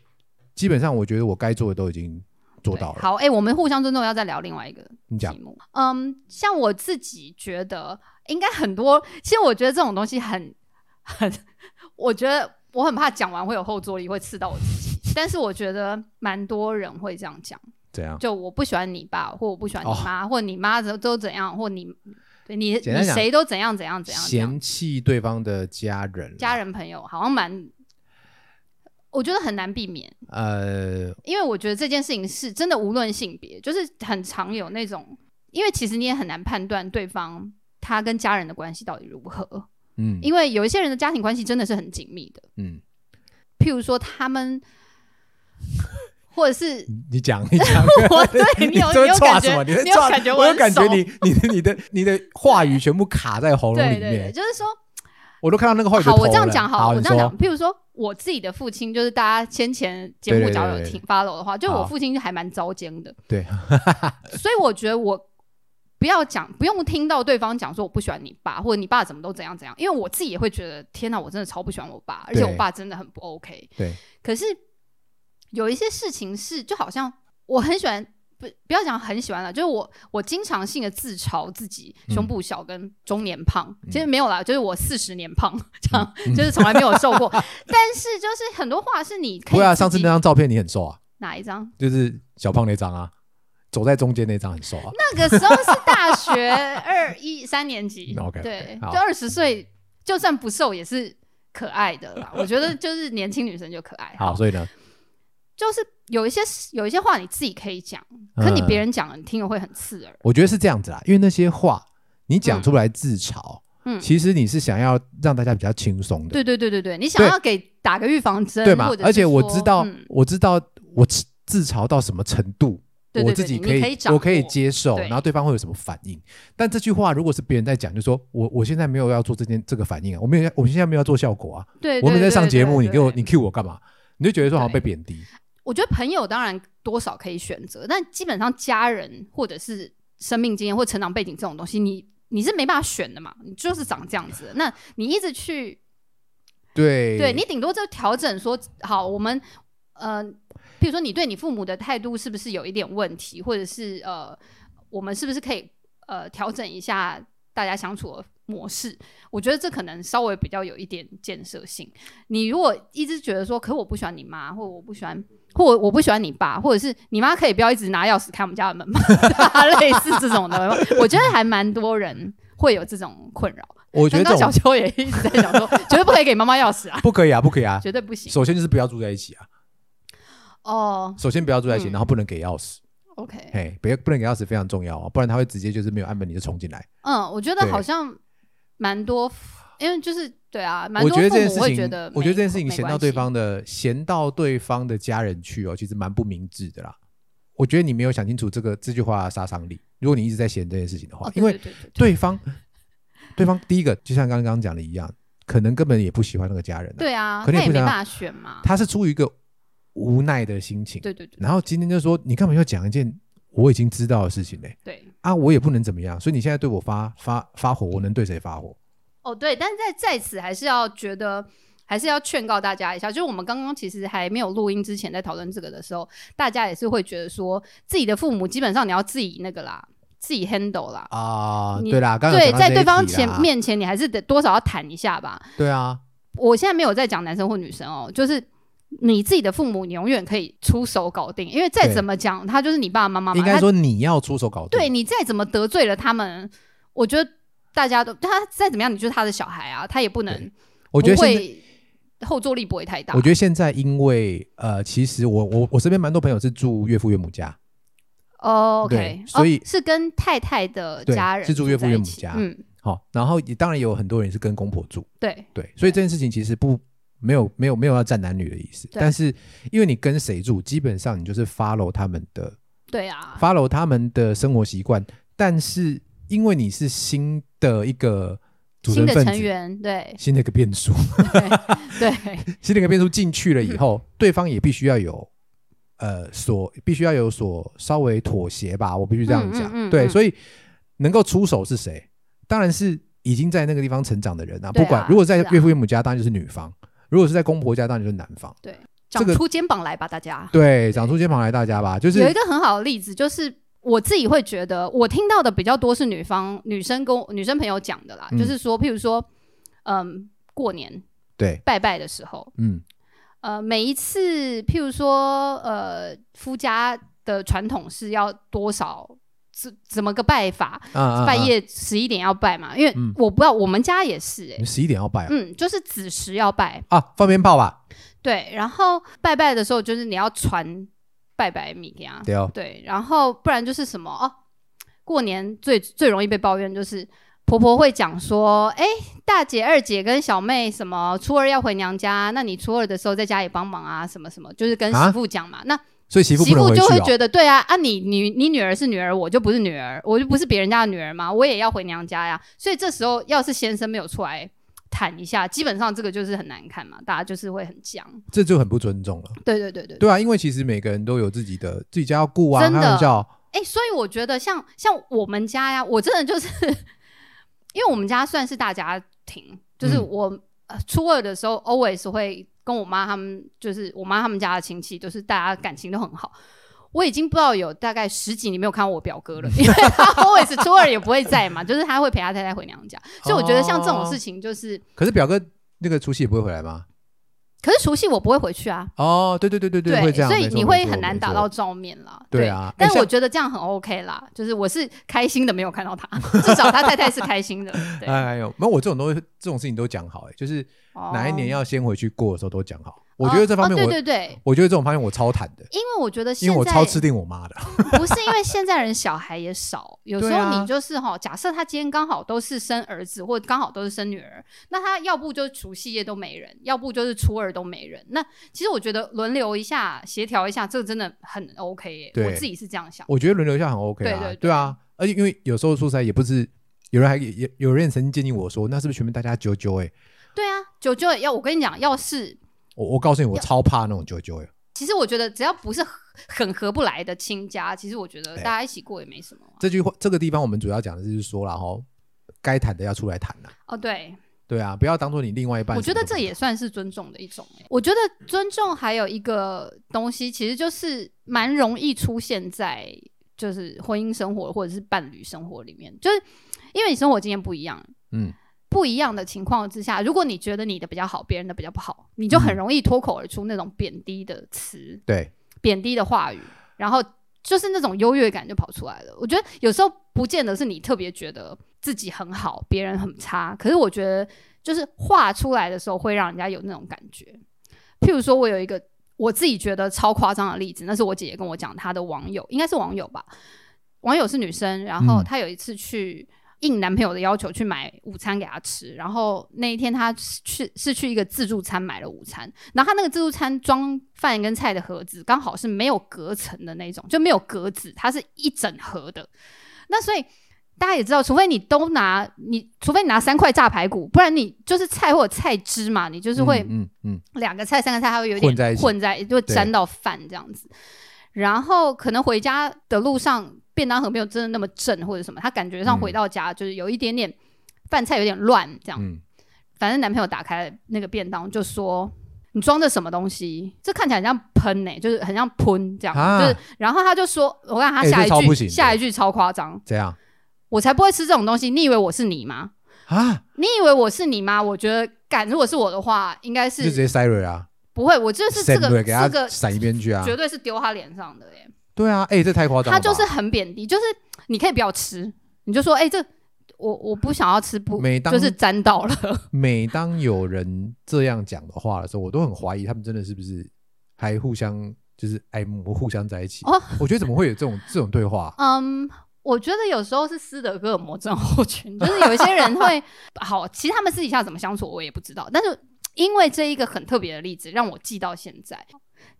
[SPEAKER 1] 基本上，我觉得我该做的都已经做
[SPEAKER 2] 对
[SPEAKER 1] 到了。
[SPEAKER 2] 好，哎、我们互相尊重，要再聊另外一个
[SPEAKER 1] 你讲
[SPEAKER 2] 题目。嗯，像我自己觉得，应该很多。其实我觉得这种东西很很，我觉得我很怕讲完会有后坐力，会刺到我自己。但是我觉得蛮多人会这样讲，
[SPEAKER 1] 怎样？
[SPEAKER 2] 就我不喜欢你爸，或我不喜欢你妈，或你妈都都怎样，或你对你
[SPEAKER 1] 哦简单
[SPEAKER 2] 你
[SPEAKER 1] 讲
[SPEAKER 2] 谁都怎样怎样怎样怎样，
[SPEAKER 1] 嫌弃对方的家人，
[SPEAKER 2] 家人朋友好像蛮，我觉得很难避免，
[SPEAKER 1] 呃，
[SPEAKER 2] 因为我觉得这件事情是真的无论性别，就是很常有那种，因为其实你也很难判断对方他跟家人的关系到底如何，
[SPEAKER 1] 嗯
[SPEAKER 2] 因为有一些人的家庭关系真的是很紧密的，
[SPEAKER 1] 嗯，
[SPEAKER 2] 譬如说他们， 或者是
[SPEAKER 1] 你你讲你讲，
[SPEAKER 2] 我对你有
[SPEAKER 1] 在
[SPEAKER 2] 你有
[SPEAKER 1] 抓
[SPEAKER 2] 感
[SPEAKER 1] 什么？
[SPEAKER 2] 觉，
[SPEAKER 1] 你在
[SPEAKER 2] 有
[SPEAKER 1] 抓
[SPEAKER 2] 感觉
[SPEAKER 1] 我有
[SPEAKER 2] 很
[SPEAKER 1] 感觉
[SPEAKER 2] 熟
[SPEAKER 1] 你你的你的你的话语全部卡在喉咙里
[SPEAKER 2] 对对对，
[SPEAKER 1] 面，
[SPEAKER 2] 就是说，
[SPEAKER 1] 我都看到那个话语的
[SPEAKER 2] 好，
[SPEAKER 1] 头
[SPEAKER 2] 我这样
[SPEAKER 1] 了
[SPEAKER 2] 讲好
[SPEAKER 1] 好，
[SPEAKER 2] 了，我
[SPEAKER 1] 你
[SPEAKER 2] 这样
[SPEAKER 1] 说
[SPEAKER 2] 讲，譬如说我自己的父亲，就是大家先前节
[SPEAKER 1] 对
[SPEAKER 2] 目
[SPEAKER 1] 对
[SPEAKER 2] 假
[SPEAKER 1] 对
[SPEAKER 2] 如有
[SPEAKER 1] 对
[SPEAKER 2] 听 follow 的话，就
[SPEAKER 1] 好
[SPEAKER 2] 我父亲还蛮糟奸的，
[SPEAKER 1] 对，
[SPEAKER 2] 所以我觉得我。不要讲，不用听到对方讲说我不喜欢你爸，或者你爸怎么都怎样怎样，因为我自己也会觉得天哪，我真的超不喜欢我爸，而且
[SPEAKER 1] 对
[SPEAKER 2] 我爸真的很不 OK。
[SPEAKER 1] 对，
[SPEAKER 2] 可是有一些事情是，就好像我很喜欢，不不要讲很喜欢了，就是我我经常性的自嘲自己胸部小跟中年胖，
[SPEAKER 1] 嗯
[SPEAKER 2] 其实没有啦，就是我四十 年胖这样，就是从来没有瘦过。但是就是很多话是你可以
[SPEAKER 1] 不会啊，
[SPEAKER 2] 自
[SPEAKER 1] 上次
[SPEAKER 2] 己
[SPEAKER 1] 那张照片你很瘦啊，
[SPEAKER 2] 哪一张？
[SPEAKER 1] 就是小胖那张啊，走在中间那张很瘦啊，
[SPEAKER 2] 那个时候是大学二一三年级
[SPEAKER 1] OK，OK，
[SPEAKER 2] 对，
[SPEAKER 1] 哦好
[SPEAKER 2] 就二十岁，就算不瘦也是可爱的啦。我觉得就是年轻女生就可爱，
[SPEAKER 1] 好，所以呢，
[SPEAKER 2] 就是有一些有一些话你自己可以讲，可你
[SPEAKER 1] 嗯
[SPEAKER 2] 别人讲，你听了会很刺耳。
[SPEAKER 1] 我觉得是这样子啦，因为那些话你讲出来自嘲，
[SPEAKER 2] 嗯，
[SPEAKER 1] 其实你是想要让大家比较轻松的，
[SPEAKER 2] 对对对对对，你想
[SPEAKER 1] 对
[SPEAKER 2] 要给打个预防针，
[SPEAKER 1] 对吗
[SPEAKER 2] 或者？是
[SPEAKER 1] 而且我
[SPEAKER 2] 说
[SPEAKER 1] 知道
[SPEAKER 2] 嗯，
[SPEAKER 1] 我知道我自自嘲到什么程度，
[SPEAKER 2] 对对
[SPEAKER 1] 我
[SPEAKER 2] 对
[SPEAKER 1] 自己
[SPEAKER 2] 你可以
[SPEAKER 1] 以，
[SPEAKER 2] 掌握
[SPEAKER 1] 我可以接受，
[SPEAKER 2] 对
[SPEAKER 1] 然后对方会有什么反应？但这句话如果是别人在讲，就说我我现在没有要做这件这个反应啊，我没有要，我现在没有要做效果啊，
[SPEAKER 2] 对，
[SPEAKER 1] 我
[SPEAKER 2] 对
[SPEAKER 1] 没有在
[SPEAKER 2] 对
[SPEAKER 1] 上
[SPEAKER 2] 对
[SPEAKER 1] 节
[SPEAKER 2] 对
[SPEAKER 1] 目，你
[SPEAKER 2] 对
[SPEAKER 1] 给我你 cue 我干嘛？你就觉得说好像被
[SPEAKER 2] 对
[SPEAKER 1] 贬低，
[SPEAKER 2] 我觉得朋友当然多少可以选择，但基本上家人或者是生命经验或成长背景这种东西，你你是没办法选的嘛，你就是长这样子的。那你一直去，
[SPEAKER 1] 对，
[SPEAKER 2] 对你顶多就调整说，好，我们呃，譬如说你对你父母的态度是不是有一点问题，或者是呃，我们是不是可以呃调整一下大家相处的模式？我觉得这可能稍微比较有一点建设性。你如果一直觉得说，可我不喜欢你妈，或者我不喜欢，或我我不喜欢你爸，或者是你妈可以不要一直拿钥匙开我们家的门吗？ 类似这种的，我觉得还蛮多人会有这种困扰。
[SPEAKER 1] 我觉得
[SPEAKER 2] 刚
[SPEAKER 1] 这
[SPEAKER 2] 刚小
[SPEAKER 1] 种
[SPEAKER 2] 秋也一直在讲说，绝对不可以给妈妈钥匙啊，
[SPEAKER 1] 不可以啊，不可 以啊。
[SPEAKER 2] 绝对不行。
[SPEAKER 1] 首先就是不要住在一起啊，
[SPEAKER 2] 哦
[SPEAKER 1] 首先不要住在一起，
[SPEAKER 2] 嗯
[SPEAKER 1] 然后不能给钥匙，
[SPEAKER 2] ，OK，
[SPEAKER 1] 嘿，不要不能给钥匙非常重要啊，不然他会直接就是没有按门铃就冲进来。
[SPEAKER 2] 嗯，我觉得
[SPEAKER 1] 对
[SPEAKER 2] 好像蛮多，因为就是对啊，蛮
[SPEAKER 1] 我
[SPEAKER 2] 多
[SPEAKER 1] 觉得这
[SPEAKER 2] 父
[SPEAKER 1] 件
[SPEAKER 2] 母
[SPEAKER 1] 事
[SPEAKER 2] 会
[SPEAKER 1] 情，
[SPEAKER 2] 觉得没，
[SPEAKER 1] 我觉得这件事情
[SPEAKER 2] 没
[SPEAKER 1] 嫌到
[SPEAKER 2] 关
[SPEAKER 1] 对
[SPEAKER 2] 系，
[SPEAKER 1] 方的嫌到对方的家人去哦，其实蛮不明智的啦。我觉得你没有想清楚这个这句话的杀伤力。如果你一直在嫌这件事情的话，
[SPEAKER 2] 哦、
[SPEAKER 1] 因为
[SPEAKER 2] 对对对对
[SPEAKER 1] 对方对方第一个就像刚刚讲的一样，可能根本也不喜欢那个家人、啊，
[SPEAKER 2] 对啊，
[SPEAKER 1] 可
[SPEAKER 2] 他
[SPEAKER 1] 能也
[SPEAKER 2] 也
[SPEAKER 1] 不
[SPEAKER 2] 没
[SPEAKER 1] 想
[SPEAKER 2] 办
[SPEAKER 1] 要
[SPEAKER 2] 法选嘛，
[SPEAKER 1] 他是出于一个无奈的心情。
[SPEAKER 2] 对对对
[SPEAKER 1] 然后今天就说你干嘛要讲一件我已经知道的事情呢、
[SPEAKER 2] 对，
[SPEAKER 1] 啊，我也不能怎么样，所以你现在对我发发发火，我能对谁发火？
[SPEAKER 2] 哦对，但是在在此还是要觉得。还是要劝告大家一下，就是我们刚刚其实还没有录音之前，在讨论这个的时候，大家也是会觉得说，自己的父母基本上你要自己那个啦，自己 handle 啦，
[SPEAKER 1] 啊，
[SPEAKER 2] 你
[SPEAKER 1] 对啦，刚刚有
[SPEAKER 2] 对，
[SPEAKER 1] 讲到
[SPEAKER 2] 在
[SPEAKER 1] 这
[SPEAKER 2] 对
[SPEAKER 1] 一
[SPEAKER 2] 方
[SPEAKER 1] 题
[SPEAKER 2] 前
[SPEAKER 1] 啦，
[SPEAKER 2] 面前，你还是得多少要谈一下吧。
[SPEAKER 1] 对啊，
[SPEAKER 2] 我现在没有在讲男生或女生哦，就是你自己的父母，你永远可以出手搞定，因为再
[SPEAKER 1] 对
[SPEAKER 2] 怎么讲，他就是你爸爸妈妈嘛。
[SPEAKER 1] 应该
[SPEAKER 2] 他
[SPEAKER 1] 说你要出手搞定。
[SPEAKER 2] 对你再怎么得罪了他们，我觉得大家都他再怎么样，你就是他的小孩啊，他也不能，
[SPEAKER 1] 我觉得
[SPEAKER 2] 不
[SPEAKER 1] 现在，
[SPEAKER 2] 会后坐力不会太大。
[SPEAKER 1] 我觉得现在因为呃，其实我我我身边蛮多朋友是住岳父岳母家，
[SPEAKER 2] 哦
[SPEAKER 1] 对
[SPEAKER 2] ，OK，
[SPEAKER 1] 所以
[SPEAKER 2] 哦、是跟太太的
[SPEAKER 1] 对
[SPEAKER 2] 家人
[SPEAKER 1] 是住岳父岳母
[SPEAKER 2] 在一起
[SPEAKER 1] 家
[SPEAKER 2] 嗯，
[SPEAKER 1] 好、然后也当然也有很多人是跟公婆住，
[SPEAKER 2] 对
[SPEAKER 1] 对，所以这件事情其实不没有没有没有要站男女的意思，
[SPEAKER 2] 对
[SPEAKER 1] 但是因为你跟谁住，基本上你就是 follow 他们的
[SPEAKER 2] 对啊，
[SPEAKER 1] follow 他们的生活习惯，但是因为你是新的一个组成
[SPEAKER 2] 新的
[SPEAKER 1] 分
[SPEAKER 2] 成
[SPEAKER 1] 子。
[SPEAKER 2] 员对
[SPEAKER 1] 新的一个变数，
[SPEAKER 2] 对
[SPEAKER 1] 新的一个变数进去了以
[SPEAKER 2] 嗯
[SPEAKER 1] 后，对方也必须要有呃所必须要有所稍微妥协吧，我必须这样讲。
[SPEAKER 2] 嗯嗯嗯
[SPEAKER 1] 对，
[SPEAKER 2] 嗯
[SPEAKER 1] 所以能够出手是谁？当然是已经在那个地方成长的人啊。
[SPEAKER 2] 对啊
[SPEAKER 1] 不管如果在
[SPEAKER 2] 是啊
[SPEAKER 1] 岳父岳母家，当然就是女方；如果是在公婆家，当然就是男方。
[SPEAKER 2] 对，
[SPEAKER 1] 这
[SPEAKER 2] 长
[SPEAKER 1] 个
[SPEAKER 2] 出肩膀来吧，大家。
[SPEAKER 1] 对，长出肩膀来大家吧，就
[SPEAKER 2] 有一
[SPEAKER 1] 是
[SPEAKER 2] 个很好的例子，就是我自己会觉得，我听到的比较多是女方女生跟我女生朋友讲的啦，
[SPEAKER 1] 嗯
[SPEAKER 2] 就是说，譬如说，嗯，过年
[SPEAKER 1] 对，
[SPEAKER 2] 拜拜的时候，
[SPEAKER 1] 嗯，
[SPEAKER 2] 呃，每一次譬如说，呃，夫家的传统是要多少怎怎么个拜法？
[SPEAKER 1] 啊啊啊
[SPEAKER 2] 拜夜十一点要拜嘛，因为
[SPEAKER 1] 嗯
[SPEAKER 2] 我不知道我们家也是哎、
[SPEAKER 1] 你十一点要拜啊？
[SPEAKER 2] 嗯，就是子时要拜，
[SPEAKER 1] 啊，放鞭炮吧，
[SPEAKER 2] 对，然后拜拜的时候就是你要传拜拜米给他，
[SPEAKER 1] 对哦，
[SPEAKER 2] 对，然后不然就是什么哦，过年最最容易被抱怨就是婆婆会讲说，哎，大姐、二姐跟小妹什么初二要回娘家，那你初二的时候在家里帮忙啊，什么什么，就是跟
[SPEAKER 1] 啊
[SPEAKER 2] 媳妇讲嘛。那
[SPEAKER 1] 所以媳妇不能回去
[SPEAKER 2] 就会
[SPEAKER 1] 哦。
[SPEAKER 2] 觉得，对啊，啊你你你女儿是女儿，我就不是女儿，我就不是别人家的女儿嘛，我也要回娘家呀。所以这时候要是先生没有出来。谈一下，基本上这个就是很难看嘛，大家就是会很僵。
[SPEAKER 1] 这就很不尊重了。
[SPEAKER 2] 对对对对对
[SPEAKER 1] 对啊，因为其实每个人都有自己的自己家要顾啊，
[SPEAKER 2] 真的
[SPEAKER 1] 开玩笑，
[SPEAKER 2] 哎、所以我觉得像像我们家呀，我真的就是因为我们家算是大家庭，就是
[SPEAKER 1] 嗯
[SPEAKER 2] 我、呃初二的时候 always 会跟我妈他们，就是我妈他们家的亲戚，就是大家感情都很好。我已经不知道有大概十几年没有看到我表哥了，因 为他 always 初二也不会在嘛，就是他会陪他太太回娘家，所以我觉得像这种事情就是，
[SPEAKER 1] 可是表哥那个除夕也不会回来吗？
[SPEAKER 2] 可是除夕我不会回去啊，
[SPEAKER 1] 哦，对对对对会这样，
[SPEAKER 2] 所以
[SPEAKER 1] 没错
[SPEAKER 2] 你会
[SPEAKER 1] 没错
[SPEAKER 2] 很难
[SPEAKER 1] 没错
[SPEAKER 2] 打到照面啦。
[SPEAKER 1] 对啊哎
[SPEAKER 2] 但是
[SPEAKER 1] 像
[SPEAKER 2] 我觉得这样很 OK 啦，就是我是开心的，没有看到他，至少他太太是开心的。对，
[SPEAKER 1] 哎哎呦，没有我这种东西，这种事情都讲好、哎，就是
[SPEAKER 2] 哦
[SPEAKER 1] 哪一年要先回去过的时候都讲好。我觉得这方面
[SPEAKER 2] 哦
[SPEAKER 1] 我，
[SPEAKER 2] 哦对对对，
[SPEAKER 1] 我觉得这种方面我超坦的，
[SPEAKER 2] 因为我觉得现
[SPEAKER 1] 因为
[SPEAKER 2] 在
[SPEAKER 1] 我超吃定我妈的。
[SPEAKER 2] 不是因为现在人小孩也少，有时
[SPEAKER 1] 对
[SPEAKER 2] 候
[SPEAKER 1] 啊
[SPEAKER 2] 你就是哈、假设他今天刚好都是生儿子，或刚好都是生女儿，那他要不就是除夕夜都没人，要不就是初二都没人。那其实我觉得轮流一下，协调一下，这个真的很 OK 耶、
[SPEAKER 1] 对
[SPEAKER 2] 我自己是这样想。
[SPEAKER 1] 我觉得轮流一下很 OK 啊，
[SPEAKER 2] 对对对
[SPEAKER 1] 啊，而且因为有时候说实在也不是，有人还也也有人曾经建议我说，那是不是全部大家九九？哎，
[SPEAKER 2] 对啊，九九也要我跟你讲，要是
[SPEAKER 1] 我我告诉你，我超怕那种九九哎，
[SPEAKER 2] 其实我觉得，只要不是很很合不来的亲家，其实我觉得大家一起过也没什么啊、
[SPEAKER 1] 这句话这个地方我们主要讲的就是说了哈，该谈的要出来谈啦、
[SPEAKER 2] 哦，对，
[SPEAKER 1] 对啊，不要当做你另外一半
[SPEAKER 2] 我
[SPEAKER 1] 什么
[SPEAKER 2] 觉
[SPEAKER 1] 都
[SPEAKER 2] 得
[SPEAKER 1] 不知道。
[SPEAKER 2] 这也算是尊重的一种、欸。我觉得尊重还有一个东西，其实就是蛮容易出现在就是婚姻生活或者是伴侣生活里面，就是因为你生活经验不一样，
[SPEAKER 1] 嗯，
[SPEAKER 2] 不一样的情况之下，如果你觉得你的比较好，别人的比较不好，你就很容易脱口而出那种贬低的词，
[SPEAKER 1] 对，
[SPEAKER 2] 贬低的话语，然后就是那种优越感就跑出来了。我觉得有时候不见得是你特别觉得自己很好，别人很差，可是我觉得就是话出来的时候会让人家有那种感觉。譬如说，我有一个我自己觉得超夸张的例子，那是我姐姐跟我讲，她的网友应该是网友吧，网友是女生，然后
[SPEAKER 1] 嗯
[SPEAKER 2] 她有一次去。应男朋友的要求去买午餐给她吃，然后那一天她是去是去一个自助餐买了午餐，然后她那个自助餐装饭跟菜的盒子刚好是没有隔层的那种，就没有格子，它是一整盒的。那所以大家也知道，除非你都拿你，除非你拿三块炸排骨，不然你就是菜或者菜汁嘛，你就是会
[SPEAKER 1] 嗯嗯
[SPEAKER 2] 两个菜、三个菜，它会有点
[SPEAKER 1] 混在一起
[SPEAKER 2] 混在，就会沾到饭这样子。然后可能回家的路上，便当盒没有真的那么正或者什么，他感觉上
[SPEAKER 1] 嗯
[SPEAKER 2] 回到家就是有一点点饭菜有点乱这样。
[SPEAKER 1] 嗯
[SPEAKER 2] 反正男朋友打开那个便当就说：“你装的什么东西？这看起来很像喷呢、就是很像喷这样。
[SPEAKER 1] 啊
[SPEAKER 2] 就是，然后他就说：“我看他
[SPEAKER 1] 欸
[SPEAKER 2] 下一
[SPEAKER 1] 这超
[SPEAKER 2] 句，
[SPEAKER 1] 不行的
[SPEAKER 2] 下一句超夸张，
[SPEAKER 1] 这样
[SPEAKER 2] 我才不会吃这种东西！你以为我是你吗？
[SPEAKER 1] 啊，
[SPEAKER 2] 你以为我是你吗？我觉得，敢如果是我的话，应该
[SPEAKER 1] 就直
[SPEAKER 2] 是
[SPEAKER 1] 接塞瑞啊，
[SPEAKER 2] 不会。我就是这
[SPEAKER 1] 闪
[SPEAKER 2] 个
[SPEAKER 1] 蕊给
[SPEAKER 2] 这
[SPEAKER 1] 他
[SPEAKER 2] 个
[SPEAKER 1] 闪一边去啊，
[SPEAKER 2] 绝对是丢他脸上的耶、欸
[SPEAKER 1] 对啊，哎，这太夸张了
[SPEAKER 2] 他
[SPEAKER 1] 吧，
[SPEAKER 2] 就是很贬低，就是你可以不要吃，你就说：哎、这我我不想要吃，不
[SPEAKER 1] 每当
[SPEAKER 2] 就是沾到 了。”
[SPEAKER 1] 每当有人这样讲的话的时候，我都很怀疑他们真的是不是还互相就是爱慕、互相在一起。
[SPEAKER 2] 哦
[SPEAKER 1] 我觉得怎么会有这种 这种对话？
[SPEAKER 2] 嗯，我觉得有时候是斯德哥尔摩症候群，就是有一些人会好，其实他们私底下怎么相处我也不知道，但是因为这一个很特别的例子，让我记到现在。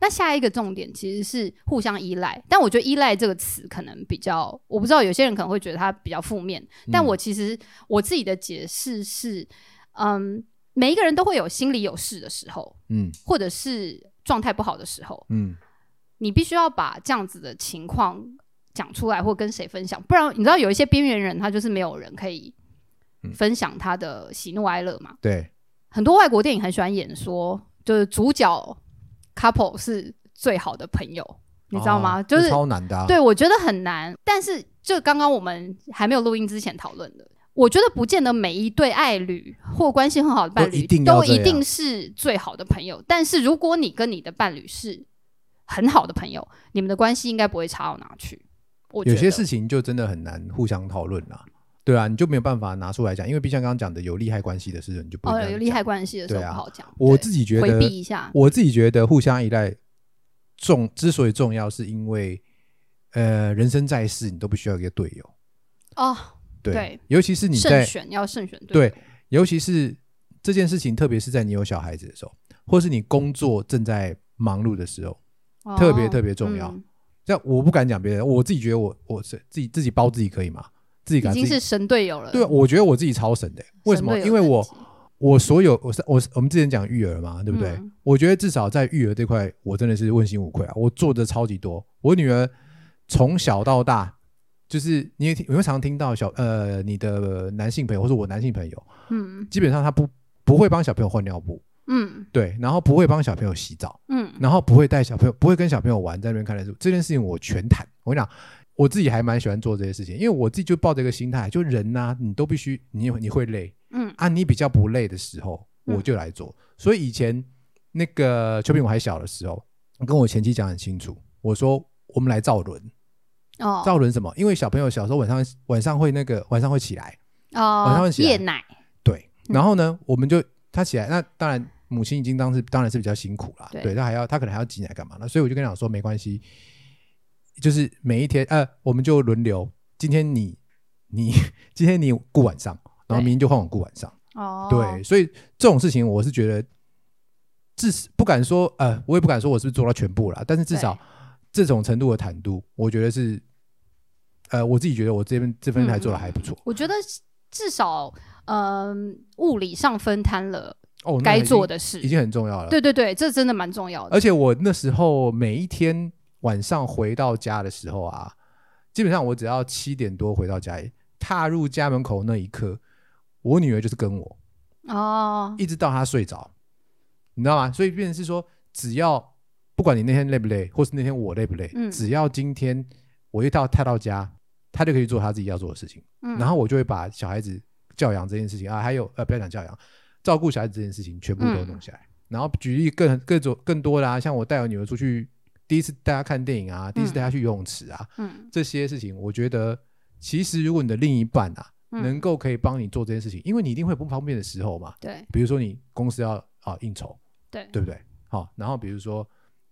[SPEAKER 2] 那下一个重点其实是互相依赖，但我觉得“依赖”这个词可能比较，我不知道有些人可能会觉得它比较负面，但
[SPEAKER 1] 嗯
[SPEAKER 2] 我其实我自己的解释是，嗯，每一个人都会有心里有事的时候，
[SPEAKER 1] 嗯
[SPEAKER 2] 或者是状态不好的时候，
[SPEAKER 1] 嗯，
[SPEAKER 2] 你必须要把这样子的情况讲出来，或跟谁分享，不然你知道有一些边缘人，他就是没有人可以
[SPEAKER 1] 嗯
[SPEAKER 2] 分享他的喜怒哀乐嘛。
[SPEAKER 1] 对，
[SPEAKER 2] 很多外国电影很喜欢演说，就是主角 couple 是最好的朋友，你知道吗？
[SPEAKER 1] 哦
[SPEAKER 2] 就
[SPEAKER 1] 这
[SPEAKER 2] 是
[SPEAKER 1] 超难的、啊。
[SPEAKER 2] 对，我觉得很难。但是就刚刚我们还没有录音之前讨论的，我觉得不见得每一对爱侣或关系很好的伴
[SPEAKER 1] 都
[SPEAKER 2] 侣
[SPEAKER 1] 一定要
[SPEAKER 2] 都
[SPEAKER 1] 这
[SPEAKER 2] 一
[SPEAKER 1] 样
[SPEAKER 2] 定是最好的朋友。但是如果你跟你的伴侣是很好的朋友，你们的关系应该不会差到哪去。我觉
[SPEAKER 1] 有
[SPEAKER 2] 得
[SPEAKER 1] 些事情就真的很难互相讨论啦。对啊，你就没有办法拿出来讲，因为毕竟刚刚讲的有利害关系的事，你就不会
[SPEAKER 2] 哦
[SPEAKER 1] 跟他
[SPEAKER 2] 有
[SPEAKER 1] 们
[SPEAKER 2] 利害
[SPEAKER 1] 讲。
[SPEAKER 2] 关系的时候
[SPEAKER 1] 对
[SPEAKER 2] 不
[SPEAKER 1] 啊
[SPEAKER 2] 好讲，
[SPEAKER 1] 我
[SPEAKER 2] 对
[SPEAKER 1] 自己觉
[SPEAKER 2] 回
[SPEAKER 1] 得
[SPEAKER 2] 避一下，
[SPEAKER 1] 我自己觉得互相依赖重之所以重要，是因为呃，人生在世你都不需要一个队友。
[SPEAKER 2] 哦，
[SPEAKER 1] 对，
[SPEAKER 2] 对
[SPEAKER 1] 尤其是你
[SPEAKER 2] 慎
[SPEAKER 1] 在，
[SPEAKER 2] 选要慎选
[SPEAKER 1] 对
[SPEAKER 2] 友，
[SPEAKER 1] 尤其是这件事情，特别是在你有小孩子的时候，或是你工作正在忙碌的时候，
[SPEAKER 2] 哦
[SPEAKER 1] 特别特别重要
[SPEAKER 2] 嗯
[SPEAKER 1] 像我不敢讲别人，我自己觉得我我是自己自己包自己可以吗？自己
[SPEAKER 2] 已
[SPEAKER 1] 敢自
[SPEAKER 2] 经是
[SPEAKER 1] 己
[SPEAKER 2] 神队友了。
[SPEAKER 1] 对啊，我觉得我自己超神的、为什
[SPEAKER 2] 神
[SPEAKER 1] 么？
[SPEAKER 2] 队友
[SPEAKER 1] 因为
[SPEAKER 2] 等
[SPEAKER 1] 我
[SPEAKER 2] 级
[SPEAKER 1] 我所有我是我是我们之前讲育儿嘛，对不对？
[SPEAKER 2] 嗯
[SPEAKER 1] 我觉得至少在育儿这块，我真的是问心无愧啊，我做的超级多。我女儿从小到大，就是你也听，我会常听到小呃你的男性朋友或者我男性朋友，
[SPEAKER 2] 嗯
[SPEAKER 1] 基本上他不不会帮小朋友换尿布，
[SPEAKER 2] 嗯
[SPEAKER 1] 对，然后不会帮小朋友洗澡。
[SPEAKER 2] 嗯，
[SPEAKER 1] 然后不会带小朋友，不会跟小朋友玩，在那边看电视。这件事情我全谈。我跟你讲，我自己还蛮喜欢做这些事情，因为我自己就抱着一个心态，就人呐、你都必须，你你会累
[SPEAKER 2] 嗯
[SPEAKER 1] 啊，你比较不累的时候，
[SPEAKER 2] 嗯
[SPEAKER 1] 我就来做。所以以前那个邱炳我还小的时候，我跟我前妻讲很清楚，我说我们来造轮，
[SPEAKER 2] 哦
[SPEAKER 1] 造轮什么？因为小朋友小时候晚上晚上会那个晚上会起来，晚上
[SPEAKER 2] 哦
[SPEAKER 1] 会，起来
[SPEAKER 2] 夜奶
[SPEAKER 1] 对，
[SPEAKER 2] 嗯
[SPEAKER 1] 然后呢，我们就他起来，那当然母亲已经当时当然是比较辛苦啦，
[SPEAKER 2] 对
[SPEAKER 1] 对，他还要他可能还要挤奶干嘛？那所以我就跟他讲说没关系，就是每一天呃，我们就轮流，今天你你今天你顾晚上，然后
[SPEAKER 2] 对
[SPEAKER 1] 明天就换我顾晚上，
[SPEAKER 2] 哦，
[SPEAKER 1] 对，所以这种事情我是觉得，至少不敢说呃，我也不敢说我是不是做到全部啦，但是至少
[SPEAKER 2] 对
[SPEAKER 1] 这种程度的坦度，我觉得是。呃，我自己觉得我这边这份还
[SPEAKER 2] 嗯
[SPEAKER 1] 做的还不错、
[SPEAKER 2] 我觉得至少嗯、物理上分摊了
[SPEAKER 1] 哦，那
[SPEAKER 2] 该
[SPEAKER 1] 已经
[SPEAKER 2] 做的事
[SPEAKER 1] 已。经很重要了。
[SPEAKER 2] 对对对，这真的蛮重要的。
[SPEAKER 1] 而且我那时候每一天晚上回到家的时候啊，基本上我只要七点多回到家里，踏入家门口那一刻，我女儿就是跟我，
[SPEAKER 2] 哦，
[SPEAKER 1] 一直到她睡着，你知道吗？所以变成是说，只要不管你那天累不累，或是那天我累不累，
[SPEAKER 2] 嗯
[SPEAKER 1] 只要今天我一到踏到家，她就可以做她自己要做的事情，
[SPEAKER 2] 嗯
[SPEAKER 1] 然后我就会把小孩子教养这件事情啊，还有呃，不要讲教养，照顾小孩子这件事情全部都
[SPEAKER 2] 嗯
[SPEAKER 1] 弄下来。然后举例更更多更多啦、像我带我女儿出去，第一次带她看电影啊，第一次带她去游泳池啊，
[SPEAKER 2] 嗯
[SPEAKER 1] 这些事情，我觉得其实如果你的另一半啊，
[SPEAKER 2] 嗯
[SPEAKER 1] 能够可以帮你做这件事情，因为你一定会有不方便的时候嘛，
[SPEAKER 2] 对
[SPEAKER 1] 比如说你公司要啊应酬，
[SPEAKER 2] 对
[SPEAKER 1] 对不对？好、然后比如说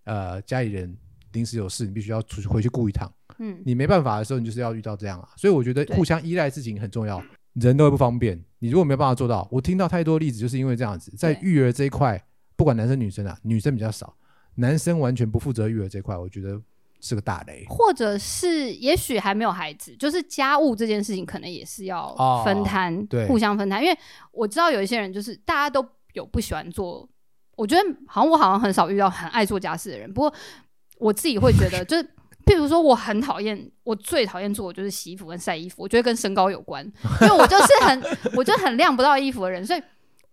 [SPEAKER 1] 呃家里人临时有事，你必须要出去回去顾一趟，
[SPEAKER 2] 嗯
[SPEAKER 1] 你没办法的时候，你就是要遇到这样啊。所以我觉得
[SPEAKER 2] 对
[SPEAKER 1] 互相依赖的事情很重要，人都会不方便。你如果没有办法做到，我听到太多例子就是因为这样子，在
[SPEAKER 2] 对
[SPEAKER 1] 育儿这一块，不管男生女生啊，女生比较少，男生完全不负责育儿这一块，我觉得是个大雷。
[SPEAKER 2] 或者是也许还没有孩子，就是家务这件事情可能也是要
[SPEAKER 1] 哦
[SPEAKER 2] 分摊，
[SPEAKER 1] 对
[SPEAKER 2] 互相分摊。因为我知道有一些人就是大家都有不喜欢做，我觉得好像我好像很少遇到很爱做家事的人，不过我自己会 觉得就是。譬如说，我很讨厌，我最讨厌做的就是洗衣服跟晒衣服，我觉得跟身高 有关，因为我就是很，我就很晾不到衣服的人，所以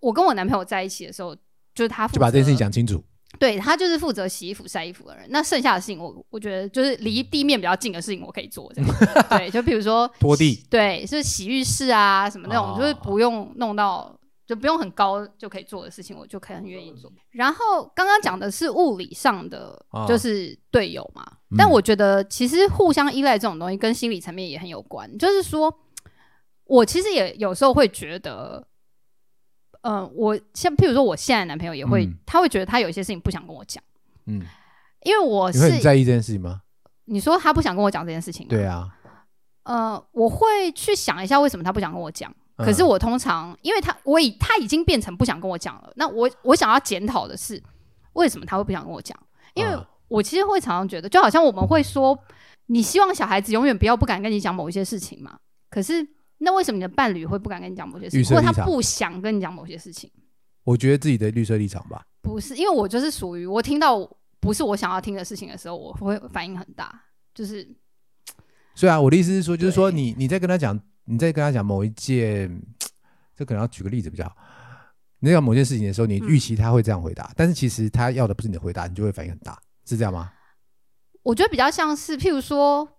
[SPEAKER 2] 我跟我男朋友在一起的时候，就是他负
[SPEAKER 1] 就把这件事
[SPEAKER 2] 责
[SPEAKER 1] 情讲清楚。
[SPEAKER 2] 对他就是负责洗衣服、晒衣服的人。那剩下的事情我，我觉得就是离地面比较近的事情，我可以做。这样对，就比如说
[SPEAKER 1] 拖地，
[SPEAKER 2] 对，就是洗浴室啊什么那种，
[SPEAKER 1] 哦
[SPEAKER 2] 就是不用弄到就不用很高就可以做的事情，我就可以很愿意做。然后刚刚讲的是物理上的
[SPEAKER 1] 嗯哦，
[SPEAKER 2] 就是队友嘛。
[SPEAKER 1] 嗯
[SPEAKER 2] 但我觉得其实互相依赖这种东西跟心理层面也很有关。就是说，我其实也有时候会觉得。嗯，我像譬如说，我现在的男朋友也会，
[SPEAKER 1] 嗯
[SPEAKER 2] 他会觉得他有一些事情不想跟我讲，
[SPEAKER 1] 嗯，
[SPEAKER 2] 因为我
[SPEAKER 1] 你
[SPEAKER 2] 呃是
[SPEAKER 1] 会很在意这件事情吗？
[SPEAKER 2] 你说他不想跟我讲这件事情，
[SPEAKER 1] 对，啊，
[SPEAKER 2] 呃，我会去想一下为什么他不想跟我讲。
[SPEAKER 1] 嗯
[SPEAKER 2] 可是我通常，因为他我已他已经变成不想跟我讲了，那我我想要检讨的是，为什么他会不想跟我讲？因为
[SPEAKER 1] 嗯
[SPEAKER 2] 我其实会常常觉得，就好像我们会说，你希望小孩子永远不要不敢跟你讲某一些事情嘛。可是那为什么你的伴侣会不敢跟你讲某些事
[SPEAKER 1] 预
[SPEAKER 2] 情，
[SPEAKER 1] 设
[SPEAKER 2] 或
[SPEAKER 1] 立
[SPEAKER 2] 他
[SPEAKER 1] 场
[SPEAKER 2] 不想跟你讲某些事情？
[SPEAKER 1] 我觉得自己的绿色立场吧。
[SPEAKER 2] 不是，因为我就是属于我听到不是我想要听的事情的时候，我会反应很大，就是
[SPEAKER 1] 虽啊然我的意思是说，就是说
[SPEAKER 2] 对
[SPEAKER 1] 你你在跟他讲，你在跟他讲某一件，这可能要举个例子比较好。你在讲某件事情的时候，你
[SPEAKER 2] 嗯
[SPEAKER 1] 预期他会这样回答，但是其实他要的不是你的回答，你就会反应很大，是这样吗？
[SPEAKER 2] 我觉得比较像是，譬如说，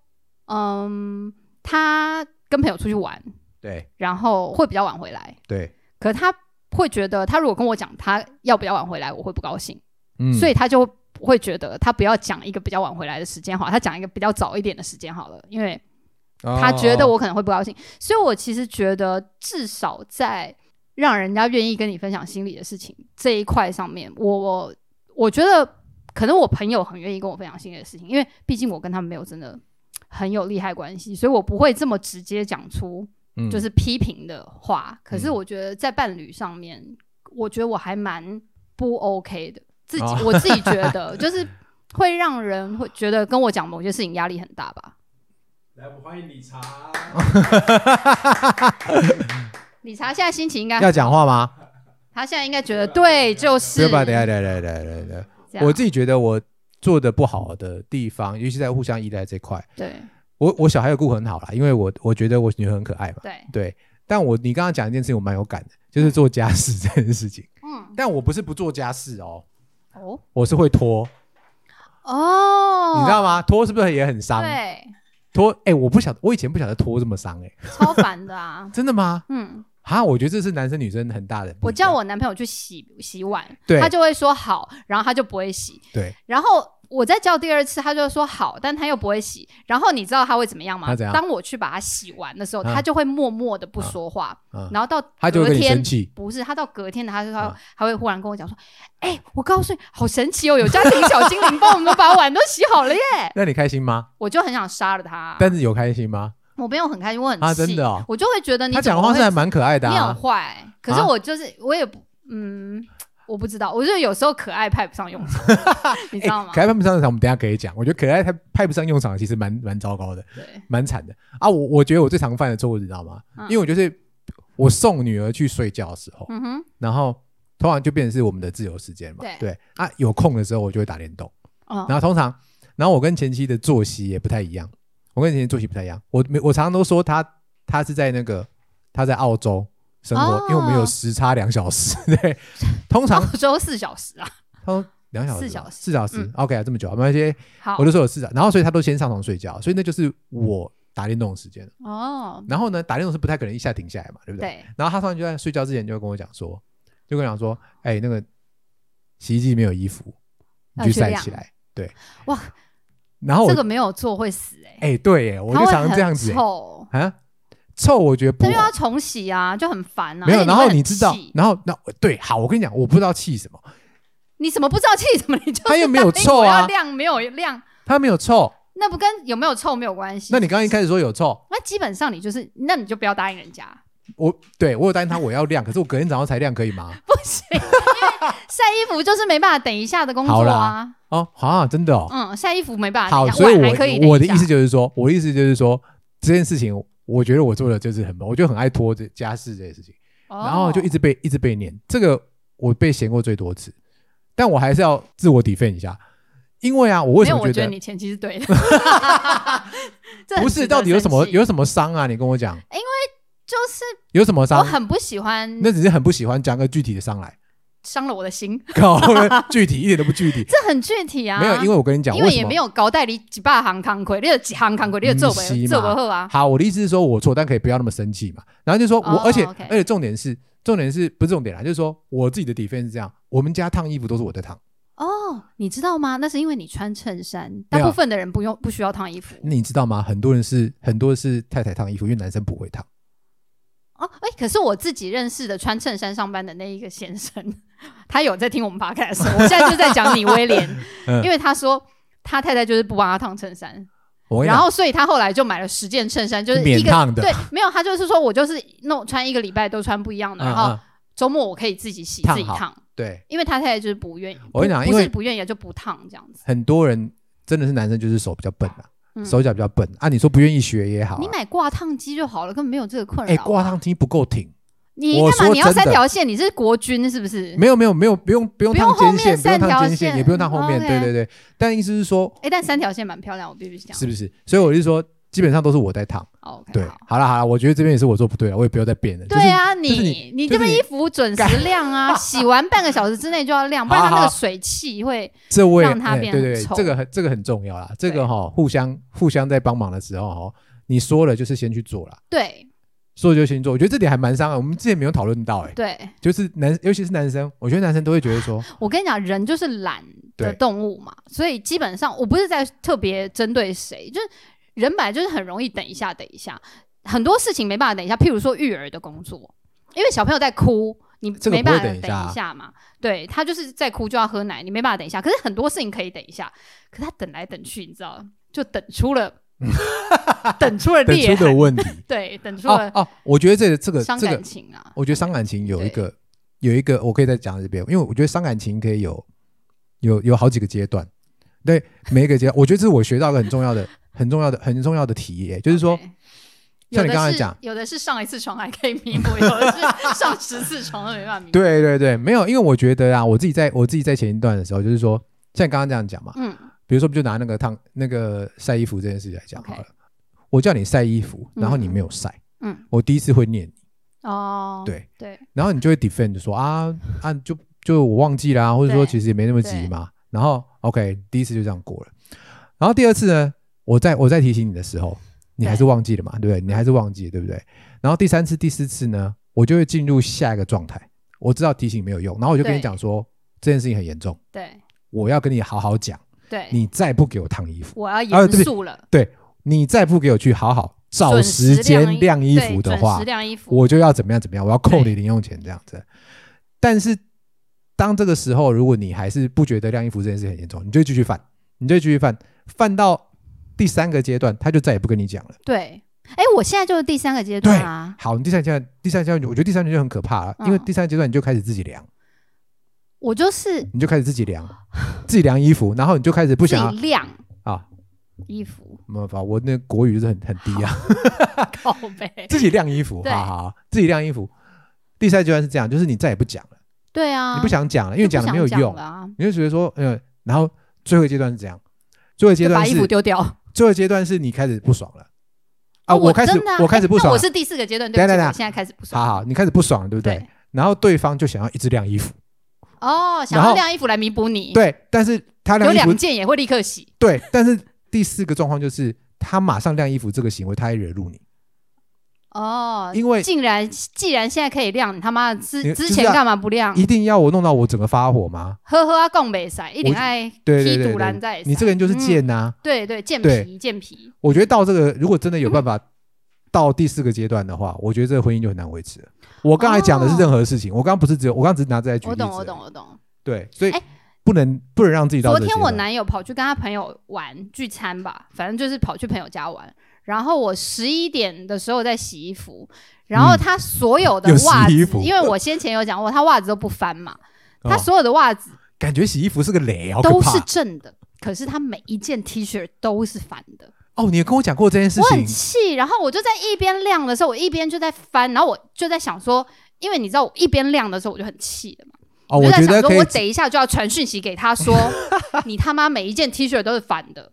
[SPEAKER 2] 嗯，他跟朋友出去玩，
[SPEAKER 1] 对
[SPEAKER 2] 然后会比较晚回来，
[SPEAKER 1] 对，
[SPEAKER 2] 可他会觉得，他如果跟我讲他要不要晚回来，我会不高兴，
[SPEAKER 1] 嗯
[SPEAKER 2] 所以他就我会觉得他不要讲一个比较晚回来的时间好了，他讲一个比较早一点的时间好了，因为他觉得
[SPEAKER 1] 哦
[SPEAKER 2] 我可能会不高兴，所以我其实觉得至少在让人家愿意跟你分享心里的事情这一块上面，我我我觉得可能我朋友很愿意跟我分享心里的事情，因为毕竟我跟他们没有真的很有利害关系，所以我不会这么直接讲出
[SPEAKER 1] 嗯
[SPEAKER 2] 就是批评的话。可是
[SPEAKER 1] 嗯
[SPEAKER 2] 我觉得在伴侣上面，我觉得我还蛮不 OK 的，自己、
[SPEAKER 1] 哦
[SPEAKER 2] 我自己觉得 就是会让人会觉得跟我讲某些事情压力很大吧。
[SPEAKER 3] 来，我们欢迎理查。
[SPEAKER 2] 理查现在心情应该
[SPEAKER 1] 要讲话吗？
[SPEAKER 2] 他现在应该觉得对，就是啊
[SPEAKER 1] 不要吧，等一下，等一下，等一下，等一下等一下。
[SPEAKER 2] 这样
[SPEAKER 1] 我自己觉得我做的不好的地方，尤其在互相依赖这块，
[SPEAKER 2] 对
[SPEAKER 1] 我我小孩有顾很好啦，因为我我觉得我女儿很可爱嘛，
[SPEAKER 2] 对，
[SPEAKER 1] 对。但我你刚刚讲一件事情，我蛮有感的，就是做家事这件事情。
[SPEAKER 2] 嗯，
[SPEAKER 1] 但我不是不做家事哦，
[SPEAKER 2] 哦
[SPEAKER 1] 我是会拖，
[SPEAKER 2] 哦，
[SPEAKER 1] 你知道吗？拖是不是也很伤？
[SPEAKER 2] 对，
[SPEAKER 1] 拖，哎、我不晓得，我以前不晓得拖这么伤、哎，，
[SPEAKER 2] 超烦的啊
[SPEAKER 1] 真的吗？
[SPEAKER 2] 嗯，
[SPEAKER 1] 啊，我觉得这是男生女生很大的不
[SPEAKER 2] 我
[SPEAKER 1] 一样。
[SPEAKER 2] 叫我男朋友去洗洗碗，
[SPEAKER 1] 对
[SPEAKER 2] 他就会说好，然后他就不会洗，
[SPEAKER 1] 对，
[SPEAKER 2] 然后我再叫第二次，他就说好，但他又不会洗。然后你知道他会怎么样吗？
[SPEAKER 1] 他怎样
[SPEAKER 2] 当我去把它洗完的时候，
[SPEAKER 1] 啊
[SPEAKER 2] 他就会默默的不说话，
[SPEAKER 1] 啊
[SPEAKER 2] 然后到
[SPEAKER 1] 他就会
[SPEAKER 2] 隔
[SPEAKER 1] 跟你
[SPEAKER 2] 天
[SPEAKER 1] 生。气。
[SPEAKER 2] 不是，他到隔天的，他就他、
[SPEAKER 1] 啊
[SPEAKER 2] 还会忽然跟我讲说：“哎、我告诉你，好神奇哦，有家庭小精灵帮我们把碗都洗好了耶
[SPEAKER 1] 那你开心吗？！”
[SPEAKER 2] 我就很想杀了他。
[SPEAKER 1] 但是有开心吗？
[SPEAKER 2] 我没有很开心，我很气，
[SPEAKER 1] 啊，真的哦。
[SPEAKER 2] 我就会觉得你
[SPEAKER 1] 他
[SPEAKER 2] 怎
[SPEAKER 1] 讲
[SPEAKER 2] 么
[SPEAKER 1] 话
[SPEAKER 2] 会
[SPEAKER 1] 是还蛮可爱的
[SPEAKER 2] 你
[SPEAKER 1] 啊
[SPEAKER 2] 很。坏，可是我就是、我也不嗯，我不知道，我就有时候可爱派不上用场， 你知道吗？
[SPEAKER 1] 哎可爱派不上用场，我们等一下可以讲。我觉得可爱派派不上用场，其实蛮蛮糟糕的，
[SPEAKER 2] 对，
[SPEAKER 1] 蛮惨的啊！我我觉得我最常犯的错误，你知道吗？
[SPEAKER 2] 嗯
[SPEAKER 1] 因为我就是我送女儿去睡觉的时候，
[SPEAKER 2] 嗯哼，
[SPEAKER 1] 然后通常就变成是我们的自由时间嘛。
[SPEAKER 2] 对
[SPEAKER 1] 啊，有空的时候我就会打电动，
[SPEAKER 2] 哦，
[SPEAKER 1] 然后通常，然后我跟前妻的作息也不太一样，我跟前妻作息不太一样。我没我常常都说她她是在那个她在澳洲生活，
[SPEAKER 2] 哦
[SPEAKER 1] 因为我们有时差两小时。 对，通常
[SPEAKER 2] 澳洲哦四小时啊，
[SPEAKER 1] 他说两小时吧，
[SPEAKER 2] 四小时
[SPEAKER 1] 四小时、
[SPEAKER 2] 嗯
[SPEAKER 1] o k 啊，这么久啊，没关系，
[SPEAKER 2] 好
[SPEAKER 1] 我就说有四小时，然后所以他都先上床睡觉，所以那就是我打电动的时间了。
[SPEAKER 2] 哦，
[SPEAKER 1] 然后呢，打电动是不太可能一下停下来嘛，对不对？
[SPEAKER 2] 对，
[SPEAKER 1] 然后他突然就在睡觉之前就会跟我讲说，就跟我讲说，哎、那个洗衣机没有衣服，你
[SPEAKER 2] 要去
[SPEAKER 1] 晒
[SPEAKER 2] 晾
[SPEAKER 1] 起来。对，
[SPEAKER 2] 啊哇，
[SPEAKER 1] 然后我，
[SPEAKER 2] 这
[SPEAKER 1] 哎、
[SPEAKER 2] 个没有做会死哎、
[SPEAKER 1] 对耶，我
[SPEAKER 2] 它
[SPEAKER 1] 就
[SPEAKER 2] 会
[SPEAKER 1] 常常这样
[SPEAKER 2] 很
[SPEAKER 1] 子耶
[SPEAKER 2] 臭，
[SPEAKER 1] 啊，臭我觉得不
[SPEAKER 2] 它又
[SPEAKER 1] 好
[SPEAKER 2] 要重洗啊，就很烦啊。
[SPEAKER 1] 没有，
[SPEAKER 2] 而且
[SPEAKER 1] 然后
[SPEAKER 2] 会
[SPEAKER 1] 你
[SPEAKER 2] 很
[SPEAKER 1] 知道
[SPEAKER 2] 气，
[SPEAKER 1] 然后那对，好，我跟你讲，我不知道气什么，
[SPEAKER 2] 你怎么不知道气什么？你就
[SPEAKER 1] 它又没有臭啊
[SPEAKER 2] 量没有量，
[SPEAKER 1] 他没有臭，
[SPEAKER 2] 那不跟有没有臭没有关系。
[SPEAKER 1] 那你刚刚一开始说有臭，
[SPEAKER 2] 那基本上你就是，那你就不要答应人家，
[SPEAKER 1] 我对我有答应他我要晾，可是我隔天早上才晾，可以吗？
[SPEAKER 2] 不行，因为晒衣服就是没办法等一下的工
[SPEAKER 1] 好
[SPEAKER 2] 作
[SPEAKER 1] 啦
[SPEAKER 2] 啊。
[SPEAKER 1] 哦，啊，真的哦，
[SPEAKER 2] 嗯，晒衣服没办法
[SPEAKER 1] 好，
[SPEAKER 2] 等一下，
[SPEAKER 1] 所以
[SPEAKER 2] 碗还可以等
[SPEAKER 1] 我我的
[SPEAKER 2] 一下
[SPEAKER 1] 意思就是说，我的意思就是说这件事情，我觉得我做的就是很忙，我就很爱拖这家事这件事情，
[SPEAKER 2] 哦
[SPEAKER 1] 然后就一直被一直被念，这个我被嫌过最多次，但我还是要自我 defend 一下，因为啊，我为
[SPEAKER 2] 没
[SPEAKER 1] 什
[SPEAKER 2] 有，
[SPEAKER 1] 么
[SPEAKER 2] 我觉
[SPEAKER 1] 觉
[SPEAKER 2] 得
[SPEAKER 1] 得
[SPEAKER 2] 你前期是对 的。 这很
[SPEAKER 1] 不
[SPEAKER 2] 值
[SPEAKER 1] 是
[SPEAKER 2] 得
[SPEAKER 1] 到底有什么
[SPEAKER 2] 生气
[SPEAKER 1] 有什么伤啊？你跟我讲
[SPEAKER 2] 就是
[SPEAKER 1] 有什么
[SPEAKER 2] 我
[SPEAKER 1] 伤？
[SPEAKER 2] 很不喜欢
[SPEAKER 1] 那只是很不喜欢，讲个具体的伤来，
[SPEAKER 2] 伤了我的心，
[SPEAKER 1] 搞得 具体一点都不具体。
[SPEAKER 2] 这很具体啊。
[SPEAKER 1] 没有，因为我跟你讲，
[SPEAKER 2] 因为
[SPEAKER 1] 什
[SPEAKER 2] 也
[SPEAKER 1] 么
[SPEAKER 2] 没有交代你几百行工课，你有几行工课，你有做
[SPEAKER 1] 不嗯是嘛
[SPEAKER 2] 为做为好啊。
[SPEAKER 1] 好，我的意思是说我错，但可以不要那么生气嘛。然后就说我，
[SPEAKER 2] 哦
[SPEAKER 1] 而且
[SPEAKER 2] OK
[SPEAKER 1] 而且重点是，重点是不是重点啦？就是说我自己的底分是这样，我们家烫衣服都是我在烫，
[SPEAKER 2] 哦，你知道吗？那是因为你穿衬衫，
[SPEAKER 1] 没
[SPEAKER 2] 大
[SPEAKER 1] 有
[SPEAKER 2] 部分的人不用不需要烫衣服
[SPEAKER 1] 你知道吗？很多人是很多是太太烫衣服，因为男生不会烫。
[SPEAKER 2] 哦。哎、可是我自己认识的穿衬衫上班的那一个先生， 他有在听我们 podcast，我现在就在讲你威廉，
[SPEAKER 1] 嗯
[SPEAKER 2] 因为他说。他太太就是不帮他烫衬衫，
[SPEAKER 1] 我跟你
[SPEAKER 2] 然
[SPEAKER 1] 讲，
[SPEAKER 2] 后所以他后来就买了十件衬衫，就是
[SPEAKER 1] 免
[SPEAKER 2] 一个
[SPEAKER 1] 烫的
[SPEAKER 2] 对，没有他就是说我就是弄穿一个礼拜都穿不一样的，然后
[SPEAKER 1] 嗯嗯
[SPEAKER 2] 周末我可以自己洗
[SPEAKER 1] 烫
[SPEAKER 2] 自己
[SPEAKER 1] 好
[SPEAKER 2] 烫，
[SPEAKER 1] 对，
[SPEAKER 2] 因为他太太就是不愿意，
[SPEAKER 1] 我跟你
[SPEAKER 2] 不
[SPEAKER 1] 讲
[SPEAKER 2] 不
[SPEAKER 1] 因
[SPEAKER 2] 是
[SPEAKER 1] 为
[SPEAKER 2] 不愿意就不烫这样子。
[SPEAKER 1] 很多人真的是男生就是手比较笨啊，
[SPEAKER 2] 嗯
[SPEAKER 1] 手脚比较笨啊。你说不愿意学也好、啊
[SPEAKER 2] 你，买啊挂烫机就好了，根本没有这个困
[SPEAKER 1] 哎，
[SPEAKER 2] 扰。
[SPEAKER 1] 挂烫机不够挺，
[SPEAKER 2] 你
[SPEAKER 1] 我
[SPEAKER 2] 干嘛？
[SPEAKER 1] 说
[SPEAKER 2] 你要
[SPEAKER 1] 真的嗯
[SPEAKER 2] 三条线？你是国军是不是？
[SPEAKER 1] 没有没有没有，不用不用
[SPEAKER 2] 不用
[SPEAKER 1] 烫
[SPEAKER 2] 后
[SPEAKER 1] 肩
[SPEAKER 2] 面
[SPEAKER 1] 线，不用
[SPEAKER 2] 三条
[SPEAKER 1] 烫肩线，
[SPEAKER 2] 线
[SPEAKER 1] 也不用烫后面，
[SPEAKER 2] OK
[SPEAKER 1] 对对对。但意思是说，
[SPEAKER 2] 哎，但三条线蛮漂亮，我必须讲。
[SPEAKER 1] 是不是？所以我就说，基本上都是我在烫。
[SPEAKER 2] 哦 OK，
[SPEAKER 1] 对
[SPEAKER 2] 好，
[SPEAKER 1] 好了好了，我觉得这边也是我做不对了，啊我也不要再变了。
[SPEAKER 2] 对啊，
[SPEAKER 1] 就是就是
[SPEAKER 2] 你你
[SPEAKER 1] 就
[SPEAKER 2] 这
[SPEAKER 1] 是
[SPEAKER 2] 边
[SPEAKER 1] 你
[SPEAKER 2] 衣服准时 晾啊，洗完半个小时之内就要晾，不然它
[SPEAKER 1] 好
[SPEAKER 2] 那
[SPEAKER 1] 好
[SPEAKER 2] 个水汽会。
[SPEAKER 1] 这位
[SPEAKER 2] 让它
[SPEAKER 1] 哎
[SPEAKER 2] 变
[SPEAKER 1] 对
[SPEAKER 2] 很
[SPEAKER 1] 对，
[SPEAKER 2] 丑
[SPEAKER 1] 这个很这个很重要啦。这个哈、互相互相在帮忙的时候哈、你说了就是先去做啦。
[SPEAKER 2] 对，
[SPEAKER 1] 所有星座，我觉得这点还蛮伤感。啊我们之前没有讨论到、欸，哎，
[SPEAKER 2] 对
[SPEAKER 1] 就是男，尤其是男生，我觉得男生都会觉得 说，
[SPEAKER 2] 我跟你讲，人就是懒的
[SPEAKER 1] 对
[SPEAKER 2] 动物嘛，所以基本上我不是在特别针对谁，就是人本来就是很容易等一下，等一下，很多事情没办法等一下，譬如说育儿的工作，因为小朋友在哭。你
[SPEAKER 1] 这个
[SPEAKER 2] 没
[SPEAKER 1] 不会
[SPEAKER 2] 办法
[SPEAKER 1] 等一下啊
[SPEAKER 2] 等一下嘛？对他就是在哭就要喝奶，你没办法等一下。可是很多事情可以等一下，可他等来等去，你知道，就等 出了，等出了
[SPEAKER 1] 等
[SPEAKER 2] 裂
[SPEAKER 1] 出的
[SPEAKER 2] 痕，
[SPEAKER 1] 问 题。
[SPEAKER 2] 对，等出
[SPEAKER 1] 哦
[SPEAKER 2] 了
[SPEAKER 1] 哦，我觉得这个这个
[SPEAKER 2] 伤
[SPEAKER 1] 这个
[SPEAKER 2] 感，情啊。
[SPEAKER 1] 我觉得伤感情有一个有一个，我可以再讲这边，因为我觉得伤感情可以有有有好几个阶段，对每一个阶段，我觉得这是我学到一个很重要的、很重要的、很重要的体验，就是说
[SPEAKER 2] OK，
[SPEAKER 1] 像
[SPEAKER 2] 有
[SPEAKER 1] 你
[SPEAKER 2] 的
[SPEAKER 1] 刚才
[SPEAKER 2] 是
[SPEAKER 1] 讲，
[SPEAKER 2] 有的是上一次床还可以弥补， 有的是上十次床都没办法弥补。，
[SPEAKER 1] 对对对，没有，因为我觉得啊，我自己在我自己在前一段的时候，就是说像你刚刚这样讲嘛，
[SPEAKER 2] 嗯，
[SPEAKER 1] 比如说，我们就拿那个烫那个晒衣服这件事情来讲
[SPEAKER 2] OK
[SPEAKER 1] 好了。我叫你晒衣服，然后你
[SPEAKER 2] 嗯
[SPEAKER 1] 没有晒，
[SPEAKER 2] 嗯，
[SPEAKER 1] 我第一次会念你，
[SPEAKER 2] 哦，
[SPEAKER 1] 对，
[SPEAKER 2] 对，
[SPEAKER 1] 然后你就
[SPEAKER 2] 嗯
[SPEAKER 1] 会 defend 就说啊啊，就就我忘记啦、或者说
[SPEAKER 2] 对
[SPEAKER 1] 其实也没那么急嘛。然后 OK，第一次就这样过了。然后第二次呢，我再我再提醒你的时候，你还是
[SPEAKER 2] 对
[SPEAKER 1] 忘记了嘛，对不对？你还是忘记了，对不对？然后第三次、第四次呢，我就会进入下一个状态。我知道提醒没有用，然后我就跟你
[SPEAKER 2] 对
[SPEAKER 1] 讲说这件事情很严重，
[SPEAKER 2] 对，
[SPEAKER 1] 我要跟你好好讲，
[SPEAKER 2] 对，
[SPEAKER 1] 你再不给我烫衣服。
[SPEAKER 2] 我要
[SPEAKER 1] 啊
[SPEAKER 2] 严
[SPEAKER 1] 对不起
[SPEAKER 2] 肃了，
[SPEAKER 1] 你再不给我去好好找
[SPEAKER 2] 准
[SPEAKER 1] 时间晾
[SPEAKER 2] 晾
[SPEAKER 1] 衣服的
[SPEAKER 2] 对准
[SPEAKER 1] 话
[SPEAKER 2] 时，晾衣服，
[SPEAKER 1] 我就要怎么样怎么样，我要扣你
[SPEAKER 2] 对
[SPEAKER 1] 零用钱这样子。但是当这个时候，如果你还是不觉得晾衣服这件事很严重，你就会继续犯，你就会继续犯，犯到第三个阶段，他就再也不跟你讲了。
[SPEAKER 2] 对，哎，我现在就是第三个阶段啊，
[SPEAKER 1] 好，你第三阶段，第三阶段，我觉得第三阶段就很可怕了，
[SPEAKER 2] 嗯
[SPEAKER 1] 因为第三阶段你就开始自己量，
[SPEAKER 2] 我就是
[SPEAKER 1] 你就开始自己量，自己量衣服，然后你就开始不
[SPEAKER 2] 自己
[SPEAKER 1] 想要
[SPEAKER 2] 晾
[SPEAKER 1] 啊，
[SPEAKER 2] 衣服，
[SPEAKER 1] 没办法，我那国语就是很很低啊。
[SPEAKER 2] 靠 背，
[SPEAKER 1] 自己晾衣服，
[SPEAKER 2] 对
[SPEAKER 1] 好好，自己晾衣服。第三阶段是这样，就是你再也不讲了，
[SPEAKER 2] 对啊，
[SPEAKER 1] 你不想讲了，因为
[SPEAKER 2] 就
[SPEAKER 1] 讲
[SPEAKER 2] 不
[SPEAKER 1] 了
[SPEAKER 2] 想
[SPEAKER 1] 没有用，
[SPEAKER 2] 了啊，
[SPEAKER 1] 你就觉得说，呃，然后最后一阶段是这样，最后一阶
[SPEAKER 2] 就把
[SPEAKER 1] 段
[SPEAKER 2] 衣服
[SPEAKER 1] 是
[SPEAKER 2] 丢掉
[SPEAKER 1] 最后一阶段是你开始不爽了啊，
[SPEAKER 2] 哦我
[SPEAKER 1] 开始
[SPEAKER 2] 真的啊
[SPEAKER 1] 我开始
[SPEAKER 2] 哎
[SPEAKER 1] 不
[SPEAKER 2] 那
[SPEAKER 1] 爽
[SPEAKER 2] 我
[SPEAKER 1] 了，
[SPEAKER 2] 是第四个阶段，
[SPEAKER 1] 等
[SPEAKER 2] 对
[SPEAKER 1] 一
[SPEAKER 2] 不
[SPEAKER 1] 下
[SPEAKER 2] 起，
[SPEAKER 1] 等一下
[SPEAKER 2] 我现在开始不
[SPEAKER 1] 好
[SPEAKER 2] 爽，
[SPEAKER 1] 好，你开始不爽了，对不对
[SPEAKER 2] 对？
[SPEAKER 1] 然后对方就想要一直晾衣服，
[SPEAKER 2] 哦，想
[SPEAKER 1] 然
[SPEAKER 2] 要
[SPEAKER 1] 后
[SPEAKER 2] 晾衣服来弥补你，，
[SPEAKER 1] 对，但是他
[SPEAKER 2] 有
[SPEAKER 1] 晾衣
[SPEAKER 2] 两
[SPEAKER 1] 服，
[SPEAKER 2] 件也会立刻洗，
[SPEAKER 1] 对，但是第四个状况就是他马上晾衣服这个行为，他还惹怒你，
[SPEAKER 2] 哦，
[SPEAKER 1] 因为
[SPEAKER 2] 竟然既然现在可以亮，你他妈
[SPEAKER 1] 你
[SPEAKER 2] 之
[SPEAKER 1] 就是
[SPEAKER 2] 之前干嘛不亮？
[SPEAKER 1] 一定要我弄到我整个发火吗？
[SPEAKER 2] 呵呵啊，共北塞，一点爱
[SPEAKER 1] 对对
[SPEAKER 2] 踢
[SPEAKER 1] 对
[SPEAKER 2] 堵拦在
[SPEAKER 1] 对，，你这个人就是
[SPEAKER 2] 嗯，
[SPEAKER 1] 贱呐。
[SPEAKER 2] 对对，贱
[SPEAKER 1] 对
[SPEAKER 2] 皮贱皮，
[SPEAKER 1] 我觉得到这个，如果真的有办法到第四个阶段的话，我觉得这个婚姻就很难维持了。我刚才讲的是任何事情，我刚刚不是只有，我刚刚只是拿这来举例
[SPEAKER 2] 哦我
[SPEAKER 1] 子。
[SPEAKER 2] 懂我懂。我懂。
[SPEAKER 1] 对，所以
[SPEAKER 2] 哎
[SPEAKER 1] 不能不能让自己到
[SPEAKER 2] 昨
[SPEAKER 1] 这个阶
[SPEAKER 2] 天我
[SPEAKER 1] 段。
[SPEAKER 2] 男友跑去跟他朋友玩聚餐吧，反正就是跑去朋友家玩。然后我十一点的时候在洗衣服，然后
[SPEAKER 1] 嗯
[SPEAKER 2] 他所有的
[SPEAKER 1] 又洗
[SPEAKER 2] 袜子，
[SPEAKER 1] 衣服
[SPEAKER 2] 因为我先前有讲过，他袜子都不翻嘛，他
[SPEAKER 1] 哦
[SPEAKER 2] 所有的袜子
[SPEAKER 1] 感觉洗衣服是个雷，好可
[SPEAKER 2] 都
[SPEAKER 1] 怕
[SPEAKER 2] 是正的，可是他每一件 T 恤都是反的。
[SPEAKER 1] 哦！你有跟我讲过这件事
[SPEAKER 2] 我很
[SPEAKER 1] 情，
[SPEAKER 2] 气，然后我就在一边晾的时候，我一边就在翻，然后我就在想说，因为你知道我一边晾的时候我就很气了嘛，
[SPEAKER 1] 哦，
[SPEAKER 2] 我就在
[SPEAKER 1] 觉
[SPEAKER 2] 想
[SPEAKER 1] 得
[SPEAKER 2] 说
[SPEAKER 1] 可以
[SPEAKER 2] 我，等一下就要传讯息给他 说，你他妈每一件 T 恤都是反的。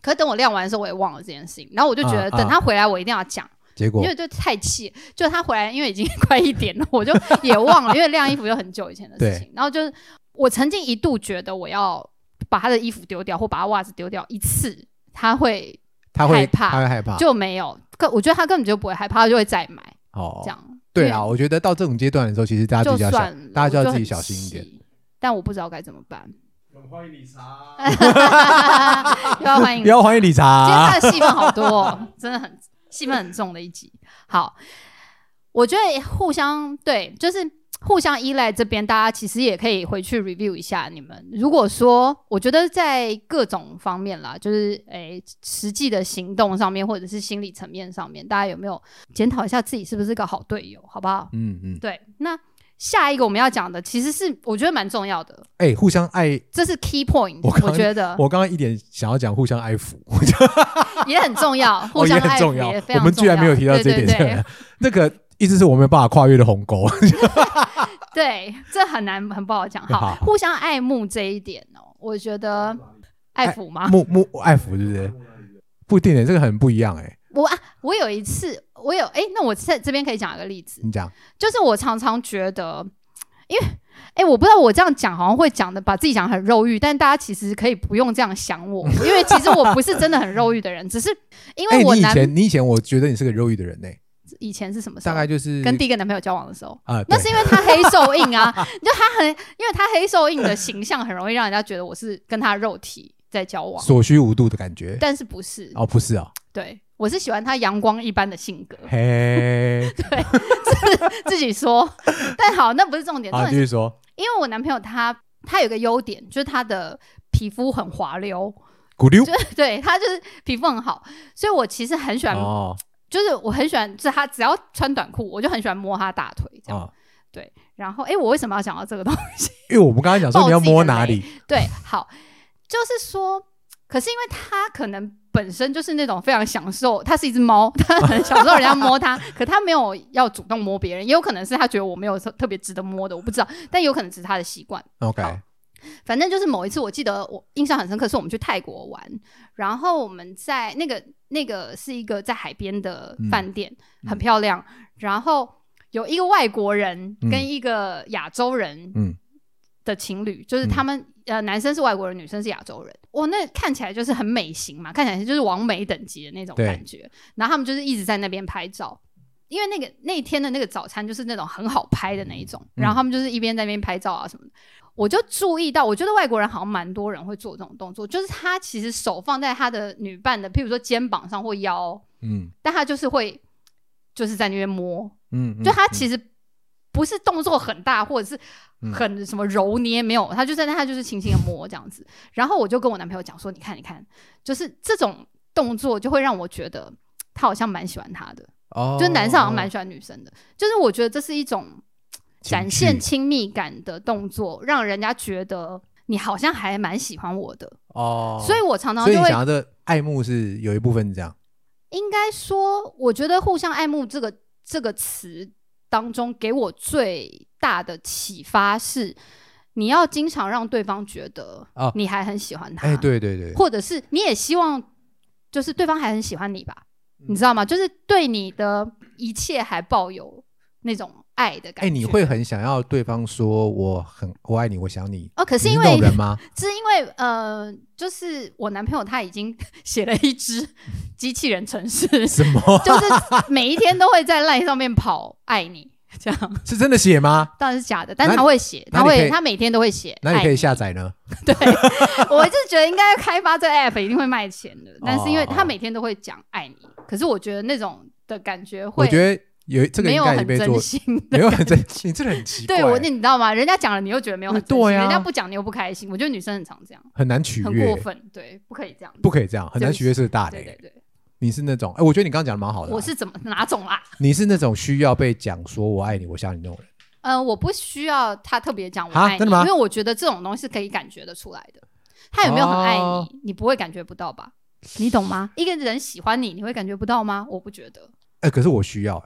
[SPEAKER 2] 可是等我晾完的时候，我也忘了这件事情，然后我就觉得
[SPEAKER 1] 啊啊
[SPEAKER 2] 等他回来我一定要讲，
[SPEAKER 1] 结果
[SPEAKER 2] 因为就太气，就他回来因为已经 快一点了，我就也忘了，因为晾衣服就很久以前的事情。然后就是我曾经一度觉得我要把他的衣服丢掉或把他袜子丢掉一次，他会
[SPEAKER 1] 他会
[SPEAKER 2] 害怕
[SPEAKER 1] 他会害怕。
[SPEAKER 2] 就没有。根我觉得他根本就不会害怕，他就会再买
[SPEAKER 1] 哦
[SPEAKER 2] 这，样。
[SPEAKER 1] 对啊，，我觉得到这种阶段的时候，其实大家
[SPEAKER 2] 就
[SPEAKER 1] 自己要小
[SPEAKER 2] 算了，
[SPEAKER 1] 大家就要
[SPEAKER 2] 我就
[SPEAKER 1] 自己
[SPEAKER 2] 很
[SPEAKER 1] 小心一点
[SPEAKER 2] 气。但我不知道该怎么 办，
[SPEAKER 3] 我们欢迎理查。
[SPEAKER 2] 又 要欢迎
[SPEAKER 1] 不要欢迎理查
[SPEAKER 2] 今天
[SPEAKER 1] 啊。
[SPEAKER 2] 他的戏份好多、哦， 真的很戏份很重的一集。好，我觉得互相对，就是互相依赖这边，大家其实也可以回去 review 一下你们。如果说我觉得在各种方面啦，就是诶实际的行动上面，或者是心理层面上面，大家有没有检讨一下自己是不是个好队友，好不好？
[SPEAKER 1] 嗯嗯，
[SPEAKER 2] 对，那下一个我们要讲的其实是我觉得蛮重要的，
[SPEAKER 1] 哎，互相爱，
[SPEAKER 2] 这是 key point，
[SPEAKER 1] 我刚
[SPEAKER 2] 我觉得
[SPEAKER 1] 我刚刚一点想要讲互相爱抚，
[SPEAKER 2] 也很重要，互
[SPEAKER 1] 哦，也
[SPEAKER 2] 相
[SPEAKER 1] 很
[SPEAKER 2] 爱
[SPEAKER 1] 重
[SPEAKER 2] 抚
[SPEAKER 1] 要
[SPEAKER 2] 也。非
[SPEAKER 1] 我
[SPEAKER 2] 常
[SPEAKER 1] 们
[SPEAKER 2] 重要。
[SPEAKER 1] 居然没有提 到这一点，
[SPEAKER 2] 对对
[SPEAKER 1] 对
[SPEAKER 2] 对
[SPEAKER 1] 那个意思是我没有办法跨越的鸿 沟。
[SPEAKER 2] 对，这很难很不好讲。
[SPEAKER 1] 好
[SPEAKER 2] 好，互相爱慕这一点哦，我觉得爱抚吗？
[SPEAKER 1] 木木爱抚，对不对？不一定的，这个很不一样哎。
[SPEAKER 2] 我啊，我有一次，我有哎，那我在这边可以讲一个例子，
[SPEAKER 1] 你讲，
[SPEAKER 2] 就是我常常觉得，因为哎，我不知道我这样讲好像会讲的把自己讲得很肉欲，但大家其实可以不用这样想我，因为其实我不是真的很肉欲的人，只是因
[SPEAKER 1] 哎，
[SPEAKER 2] 为我
[SPEAKER 1] 你以
[SPEAKER 2] 男
[SPEAKER 1] 前你以前我觉得你是个肉欲的人呢，
[SPEAKER 2] 以前是什么时
[SPEAKER 1] 大
[SPEAKER 2] 候？
[SPEAKER 1] 概就是
[SPEAKER 2] 跟第一个男朋友交往的时候。
[SPEAKER 1] 啊，
[SPEAKER 2] 那
[SPEAKER 1] 对
[SPEAKER 2] 是因为他黑手印啊，就他很，因为他黑手印的形象很容易让人家觉得我是跟他肉体在交往，
[SPEAKER 1] 所需无度的感觉。
[SPEAKER 2] 但是不是？
[SPEAKER 1] 哦，不是哦，
[SPEAKER 2] 对我是喜欢他阳光一般的性格，
[SPEAKER 1] 嘿，
[SPEAKER 2] 自己说。 但好，那不是重点，重
[SPEAKER 1] 啊，
[SPEAKER 2] 点
[SPEAKER 1] 继
[SPEAKER 2] 是
[SPEAKER 1] 续说，
[SPEAKER 2] 因为我男朋友他他有一个优点，就是他的皮肤很滑溜，
[SPEAKER 1] 咕溜
[SPEAKER 2] 就是对他就是皮肤很好，所以我其实很喜欢，
[SPEAKER 1] 哦
[SPEAKER 2] 就是我很喜欢，就是他只要穿短裤，我就很喜欢摸他大腿这样。
[SPEAKER 1] 啊，
[SPEAKER 2] 然后，哎，我为什么要讲到这个东西？
[SPEAKER 1] 因为我们刚刚讲说你要摸哪里，
[SPEAKER 2] 对，好，就是说，可是因为他可能本身就是那种非常享受，他是一只猫，他很享受人家摸他， 可他没有要主动摸别人，也有可能是他觉得我没有特别值得摸的，我不知道，但有可能只是他的习惯。
[SPEAKER 1] OK，
[SPEAKER 2] 好反正就是某一次，我记得我印象很深刻，是我们去泰国玩，然后我们在那个那个是一个在海边的饭店，
[SPEAKER 1] 嗯
[SPEAKER 2] 很漂亮。然后有一个外国人
[SPEAKER 1] 嗯
[SPEAKER 2] 跟一个亚洲
[SPEAKER 1] 嗯
[SPEAKER 2] 人的情侣，就是他们、呃男生是外国人，女生是亚洲人。哇，那看起来就是很美型嘛，看起来就是王美等级的那种
[SPEAKER 1] 对
[SPEAKER 2] 感觉。然后他们就是一直在那边拍照。因为那个那天的那个早餐就是那种很好拍的那一种，然后他们就是一边在那边拍照啊什么的，我就注意到，我觉得外国人好像蛮多人会做这种动作，就是他其实手放在他的女伴的，譬如说肩膀上或腰，
[SPEAKER 1] 嗯
[SPEAKER 2] 但他就是会就是在那边摸，
[SPEAKER 1] 嗯，嗯
[SPEAKER 2] 就他
[SPEAKER 1] 嗯
[SPEAKER 2] 其实不是动作很大，或者是很什么揉捏，没有，他就在那，他就是轻轻的摸这样子。然后我就跟我男朋友讲说，你看，你看，就是这种动作就会让我觉得他好像蛮喜欢他的，
[SPEAKER 1] 哦，
[SPEAKER 2] 就是男生好像蛮喜欢女生的，就是我觉得这是一种展现
[SPEAKER 1] 情绪
[SPEAKER 2] 亲密感的动作，让人家觉得你好像还蛮喜欢我的，
[SPEAKER 1] 哦，
[SPEAKER 2] 所以我常常
[SPEAKER 1] 所以
[SPEAKER 2] 就
[SPEAKER 1] 你
[SPEAKER 2] 会啊
[SPEAKER 1] 想要的爱慕是有一部分是这样，
[SPEAKER 2] 应该说，我觉得“互相爱慕”这个这个词当中，给我最大的启发是，你要经常让对方觉得
[SPEAKER 1] 哦
[SPEAKER 2] 你还很喜欢他，
[SPEAKER 1] 哎，，对对对，
[SPEAKER 2] 或者是你也希望就是对方还很喜欢你吧，
[SPEAKER 1] 嗯
[SPEAKER 2] 你知道吗？就是对你的一切还抱有那种爱的感
[SPEAKER 1] 哎，
[SPEAKER 2] 觉。
[SPEAKER 1] 你会很想要对方说我很我爱你，我想你，
[SPEAKER 2] 哦，可是
[SPEAKER 1] 你
[SPEAKER 2] 因
[SPEAKER 1] 那
[SPEAKER 2] 为
[SPEAKER 1] 种人吗？
[SPEAKER 2] 是因为呃，就是我男朋友他已经 写了一支 机器人城市，
[SPEAKER 1] 什么？
[SPEAKER 2] 就是每一天都会在 LINE 上面跑爱你，这样
[SPEAKER 1] 是真的写吗？
[SPEAKER 2] 当然是假的，但是
[SPEAKER 1] 那
[SPEAKER 2] 他会写，
[SPEAKER 1] 那
[SPEAKER 2] 他
[SPEAKER 1] 你可
[SPEAKER 2] 会
[SPEAKER 1] 以
[SPEAKER 2] 他每天都会写。
[SPEAKER 1] 那你可
[SPEAKER 2] 爱
[SPEAKER 1] 以下载呢？
[SPEAKER 2] 我就觉得应该开发这 app 一定会卖钱的，但是因为
[SPEAKER 1] 哦哦哦
[SPEAKER 2] 他每天都会讲爱你，可是我觉得那种的感觉会
[SPEAKER 1] 我觉得有这个
[SPEAKER 2] 没
[SPEAKER 1] 应
[SPEAKER 2] 有
[SPEAKER 1] 该已
[SPEAKER 2] 很
[SPEAKER 1] 经被
[SPEAKER 2] 真
[SPEAKER 1] 做，
[SPEAKER 2] 心
[SPEAKER 1] 没
[SPEAKER 2] 的。
[SPEAKER 1] 有很真，你这个很奇怪，
[SPEAKER 2] 对我，你知道吗？人家讲了，你又觉得没有很真心；
[SPEAKER 1] 对啊
[SPEAKER 2] 人家不讲，你又不开心。我觉得女生很常这样，
[SPEAKER 1] 很难取
[SPEAKER 2] 很
[SPEAKER 1] 悦
[SPEAKER 2] 过，分，对，不可以这样子。
[SPEAKER 1] 不可以这样，很难
[SPEAKER 2] 对
[SPEAKER 1] 取悦是大
[SPEAKER 2] 对对
[SPEAKER 1] 的。
[SPEAKER 2] 对，
[SPEAKER 1] 你是那种，哎，我觉得你刚刚讲的蛮好的啊。
[SPEAKER 2] 我是怎么哪种啦？
[SPEAKER 1] 你是那种需要被讲说我爱你，我想你那种人。
[SPEAKER 2] 呃，我不需要他特别讲我
[SPEAKER 1] 啊
[SPEAKER 2] 爱你，
[SPEAKER 1] 真的吗
[SPEAKER 2] 因为我觉得这种东西是可以感觉得出来的。他有没有很爱你，
[SPEAKER 1] 哦
[SPEAKER 2] 你不会感觉不到吧？你懂吗？一个人喜欢你，你会感觉不到吗？我不觉得。
[SPEAKER 1] 哎，可是我需要，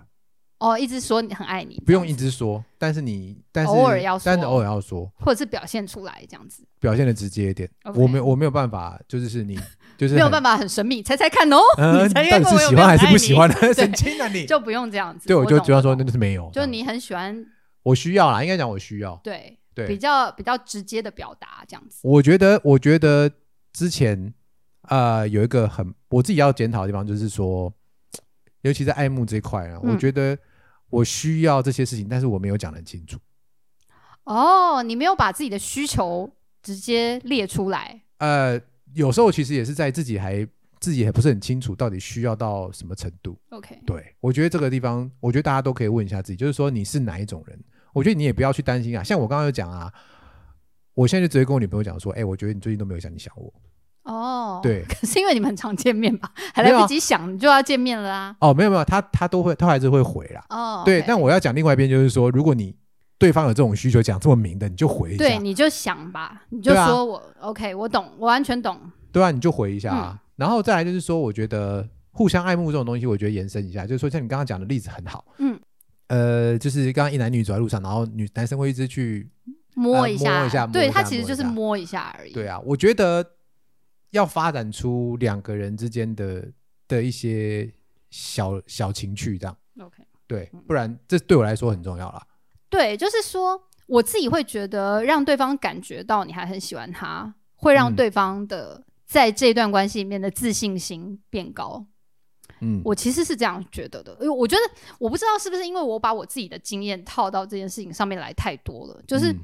[SPEAKER 2] 哦，一直说你很爱你，
[SPEAKER 1] 不用
[SPEAKER 2] 这样
[SPEAKER 1] 一
[SPEAKER 2] 子，
[SPEAKER 1] 直说，但是你，但是
[SPEAKER 2] 偶尔要
[SPEAKER 1] 但是
[SPEAKER 2] 说
[SPEAKER 1] 偶尔要说，
[SPEAKER 2] 或者是表现出来这样子，
[SPEAKER 1] 表现的直接一点。
[SPEAKER 2] OK
[SPEAKER 1] 我没有我没有办法，就是是你，就是
[SPEAKER 2] 没有
[SPEAKER 1] 很
[SPEAKER 2] 办，法很神秘，猜猜看哦，
[SPEAKER 1] 嗯，
[SPEAKER 2] 你才
[SPEAKER 1] 到底是喜欢还是不喜欢呢？
[SPEAKER 2] 对
[SPEAKER 1] 神经啊 你！
[SPEAKER 2] 就不用这样子。
[SPEAKER 1] 对，我就
[SPEAKER 2] 懂
[SPEAKER 1] 觉得说那
[SPEAKER 2] 懂
[SPEAKER 1] 就是没有，
[SPEAKER 2] 就是你很喜欢，
[SPEAKER 1] 我需要啦，应该讲我需要。
[SPEAKER 2] 对，比
[SPEAKER 1] 对，
[SPEAKER 2] 较比较直接的表达这样子。
[SPEAKER 1] 我觉得我觉得之前呃有一个很我自己要检讨的地方，就是说，尤其在爱慕这一块啊，
[SPEAKER 2] 嗯
[SPEAKER 1] 我觉得我需要这些事情，但是我没有讲得很清楚。
[SPEAKER 2] 哦，你没有把自己的需求直接列出来，
[SPEAKER 1] 呃，有时候其实也是在自己还自己还不是很清楚到底需要到什么程度。
[SPEAKER 2] OK，
[SPEAKER 1] 对我觉得这个地方，我觉得大家都可以问一下自己，就是说你是哪一种人？我觉得你也不要去担心啊，像我刚刚有讲啊，我现在就直接跟我女朋友讲说，哎、我觉得你最近都没有想你想我。
[SPEAKER 2] 哦，
[SPEAKER 1] 对
[SPEAKER 2] 可是因为你们很常见面吧，还
[SPEAKER 1] 没
[SPEAKER 2] 来
[SPEAKER 1] 有啊
[SPEAKER 2] 不及想，你就要见面了啊。
[SPEAKER 1] 哦，没有没有，她她都会，她还是会回啦。
[SPEAKER 2] 哦，
[SPEAKER 1] 对
[SPEAKER 2] OK
[SPEAKER 1] 但我要讲另外一边，就是说，如果你对方有这种需求，讲这么明的，你就回一下，
[SPEAKER 2] 对，你就想吧，你就
[SPEAKER 1] 对啊
[SPEAKER 2] 说我、OK，我懂，我完全懂。
[SPEAKER 1] 对啊，你就回一下、
[SPEAKER 2] 嗯
[SPEAKER 1] 啊。然后再来就是说，我觉得互相爱慕这种东西，我觉得延伸一下，就是说像你刚刚讲的例子很好，
[SPEAKER 2] 嗯，
[SPEAKER 1] 呃，就是刚刚一男一女走在路上，然后女男生会一直去，
[SPEAKER 2] 摸
[SPEAKER 1] 呃
[SPEAKER 2] 一下，
[SPEAKER 1] 摸一下摸
[SPEAKER 2] 对
[SPEAKER 1] 一
[SPEAKER 2] 他
[SPEAKER 1] 下
[SPEAKER 2] 其实
[SPEAKER 1] 摸一
[SPEAKER 2] 就是
[SPEAKER 1] 下
[SPEAKER 2] 摸一下而已。
[SPEAKER 1] 对啊，我觉得要发展出两个人之间的的一些小小情趣，这样
[SPEAKER 2] o k
[SPEAKER 1] 对
[SPEAKER 2] 嗯，
[SPEAKER 1] 不然这对我来说很重要啦。
[SPEAKER 2] 对，就是说我自己会觉得让对方感觉到你还很喜欢他，会让
[SPEAKER 1] 嗯
[SPEAKER 2] 对方的、在这段关系里面的自信心变高。
[SPEAKER 1] 嗯
[SPEAKER 2] 我其实是这样觉得的，因为我觉得我不知道是不是因为我把我自己的经验套到这件事情上面来太多了，就是
[SPEAKER 1] 嗯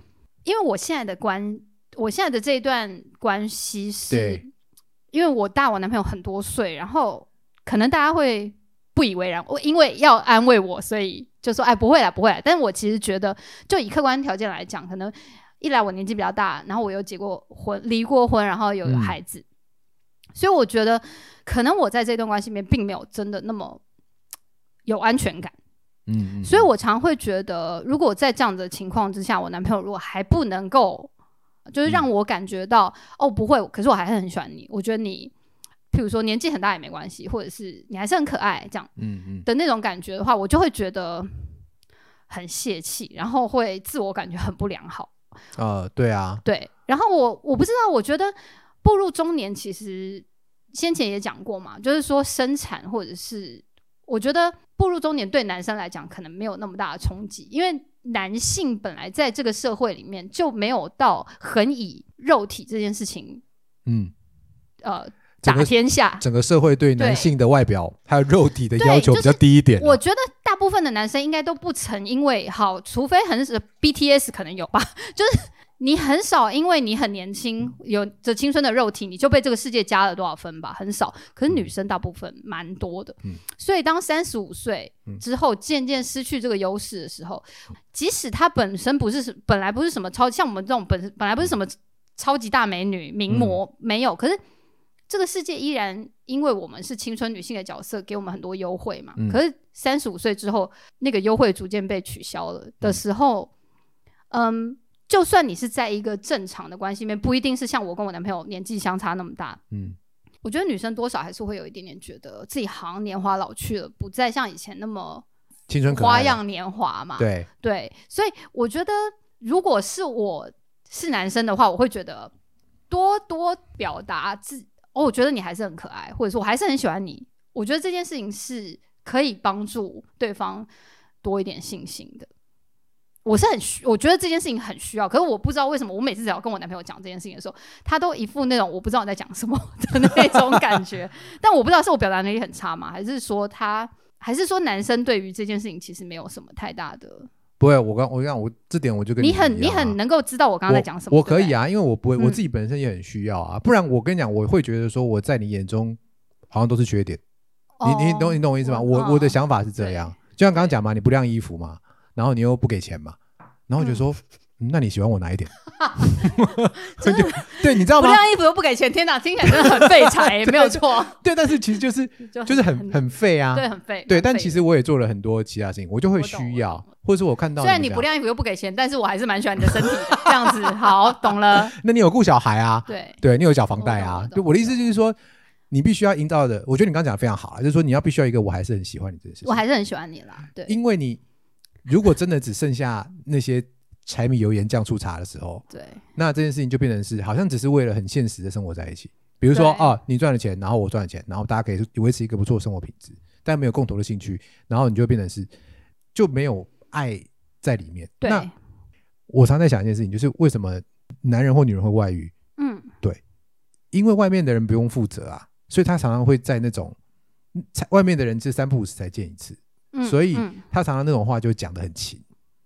[SPEAKER 2] 因为我现在的关，我现在的这一段关系是
[SPEAKER 1] 对，
[SPEAKER 2] 因为我大我男朋友很多岁，然后可能大家会不以为然，我因为要安慰我，所以就说哎不会啦不会啦，但我其实觉得，就以客观条件来讲，可能一来我年纪比较大，然后我有结过婚，离过婚，然后有
[SPEAKER 1] 嗯
[SPEAKER 2] 孩子，所以我觉得可能我在这段关系里面并没有真的那么有安全感。
[SPEAKER 1] 嗯嗯
[SPEAKER 2] 所以我常会觉得，如果在这样子的情况之下，我男朋友如果还不能够，就是让我感觉到、哦不会，可是我还是很喜欢你，我觉得你，譬如说年纪很大也没关系，或者是你还是很可爱这样
[SPEAKER 1] 嗯嗯
[SPEAKER 2] 的那种感觉的话，我就会觉得很泄气，然后会自我感觉很不良好。
[SPEAKER 1] 呃，对啊，
[SPEAKER 2] 对，然后我我不知道，我觉得步入中年其实先前也讲过嘛，就是说生产或者是我觉得步入中年对男生来讲可能没有那么大的冲击，因为男性本来在这个社会里面就没有到很以肉体这件事情
[SPEAKER 1] 嗯，
[SPEAKER 2] 呃
[SPEAKER 1] 整
[SPEAKER 2] 打
[SPEAKER 1] 个
[SPEAKER 2] 天下。
[SPEAKER 1] 整个社会对男
[SPEAKER 2] 对
[SPEAKER 1] 性的外表还有肉体的要求比
[SPEAKER 2] 对就是
[SPEAKER 1] 较低一点啊、
[SPEAKER 2] 我觉得大部分的男生应该都不曾因为好，除非很少 BTS 可能有吧， 就是你很少因为你很年轻，有着青春的肉体，你就被这个世界加了多少分吧，很少。可是女生大部分蛮多的，
[SPEAKER 1] 嗯
[SPEAKER 2] 所以当三十五岁
[SPEAKER 1] 嗯
[SPEAKER 2] 之后，渐渐失去这个优势的时候，即使她本身不是本来不是什么超，像我们这种本本来不是什么超级大美女、名模，没有，可是。这个世界依然因为我们是青春女性的角色，给我们很多优惠嘛。
[SPEAKER 1] 嗯
[SPEAKER 2] 可是三十五岁之后，那个优惠逐渐被取消了的时候，嗯就算你是在一个正常的关系里面，不一定是像我跟我男朋友年纪相差那么大，
[SPEAKER 1] 嗯
[SPEAKER 2] 我觉得女生多少还是会有一点点觉得自己好像年华老去了，不再像以前那么
[SPEAKER 1] 青春可爱
[SPEAKER 2] 花
[SPEAKER 1] 啊
[SPEAKER 2] 样年华嘛。
[SPEAKER 1] 对，
[SPEAKER 2] 对，所以我觉得，如果是我是男生的话，我会觉得多多表达自哦，我觉得你还是很可爱，或者说我还是很喜欢你。我觉得这件事情是可以帮助对方多一点信心的。我是很需，我觉得这件事情很需要，可是我不知道为什么，我每次只要跟我男朋友讲这件事情的时候，他都一副那种我不知道你在讲什么的那种感觉。但我不知道是我表达能力很差吗，还是说他，还是说男生对于这件事情其实没有什么太大的
[SPEAKER 1] 不会，我刚我讲我这点我就跟
[SPEAKER 2] 你
[SPEAKER 1] 一
[SPEAKER 2] 很你
[SPEAKER 1] 样啊
[SPEAKER 2] 很能够知道我刚刚在讲什么
[SPEAKER 1] 我我可以
[SPEAKER 2] 啊，
[SPEAKER 1] 啊，因为我不会，我
[SPEAKER 2] 嗯
[SPEAKER 1] 自己本身也很需要啊，不然我跟你讲，我会觉得说我在你眼中好像都是缺点。
[SPEAKER 2] 哦
[SPEAKER 1] 你你懂你懂我意思吗？
[SPEAKER 2] 嗯
[SPEAKER 1] 我、我的想法是这样，就像刚刚讲嘛，你不晾衣服嘛，然后你又不给钱嘛，然后我就说、嗯那你喜欢我 哪一点？
[SPEAKER 2] 真的
[SPEAKER 1] 对，你知道
[SPEAKER 2] 不
[SPEAKER 1] 吗？
[SPEAKER 2] 晾衣服又不给钱，天哪，听起来真的很废柴耶，没有错，
[SPEAKER 1] 对，但是其实就是
[SPEAKER 2] 就
[SPEAKER 1] 就是 很很废啊。
[SPEAKER 2] 对很废，
[SPEAKER 1] 对，
[SPEAKER 2] 很
[SPEAKER 1] 但
[SPEAKER 2] 废
[SPEAKER 1] 其
[SPEAKER 2] 的
[SPEAKER 1] 实我也做了很多其他事情，我就会
[SPEAKER 2] 我懂
[SPEAKER 1] 需
[SPEAKER 2] 我
[SPEAKER 1] 要
[SPEAKER 2] 懂，
[SPEAKER 1] 或者是我看到
[SPEAKER 2] 虽然你
[SPEAKER 1] 这
[SPEAKER 2] 不
[SPEAKER 1] 样，
[SPEAKER 2] 晾衣服又不给钱，但是我还是蛮喜欢你的身体的，这样子好懂了，
[SPEAKER 1] 那你有顾小孩啊，
[SPEAKER 2] 对
[SPEAKER 1] 对你有缴房
[SPEAKER 2] 我
[SPEAKER 1] 贷
[SPEAKER 2] 懂我
[SPEAKER 1] 啊。
[SPEAKER 2] 懂
[SPEAKER 1] 就我的意思就是说，你必须要营造的，我觉得你刚刚讲的非常好啊，就是说你要必须要一个我还是很喜欢你这件事情，
[SPEAKER 2] 我还是很喜欢你啦，对，
[SPEAKER 1] 因为你如果真的只剩下那些柴米油盐酱醋茶的时候，
[SPEAKER 2] 对
[SPEAKER 1] 那这件事情就变成是好像只是为了很现实的生活在一起。比如说
[SPEAKER 2] 对
[SPEAKER 1] 啊，你赚了钱，然后我赚了钱，然后大家可以维持一个不错的生活品质，但没有共同的兴趣，然后你就变成是就没有爱在里面。
[SPEAKER 2] 对，
[SPEAKER 1] 那我常在想一件事情，就是为什么男人或女人会外遇？
[SPEAKER 2] 嗯，
[SPEAKER 1] 因为外面的人不用负责啊，所以他常常会在那种嗯才外面的人是三不五时才见一次，
[SPEAKER 2] 嗯
[SPEAKER 1] 所以
[SPEAKER 2] 嗯
[SPEAKER 1] 他常常那种话就讲得很勤。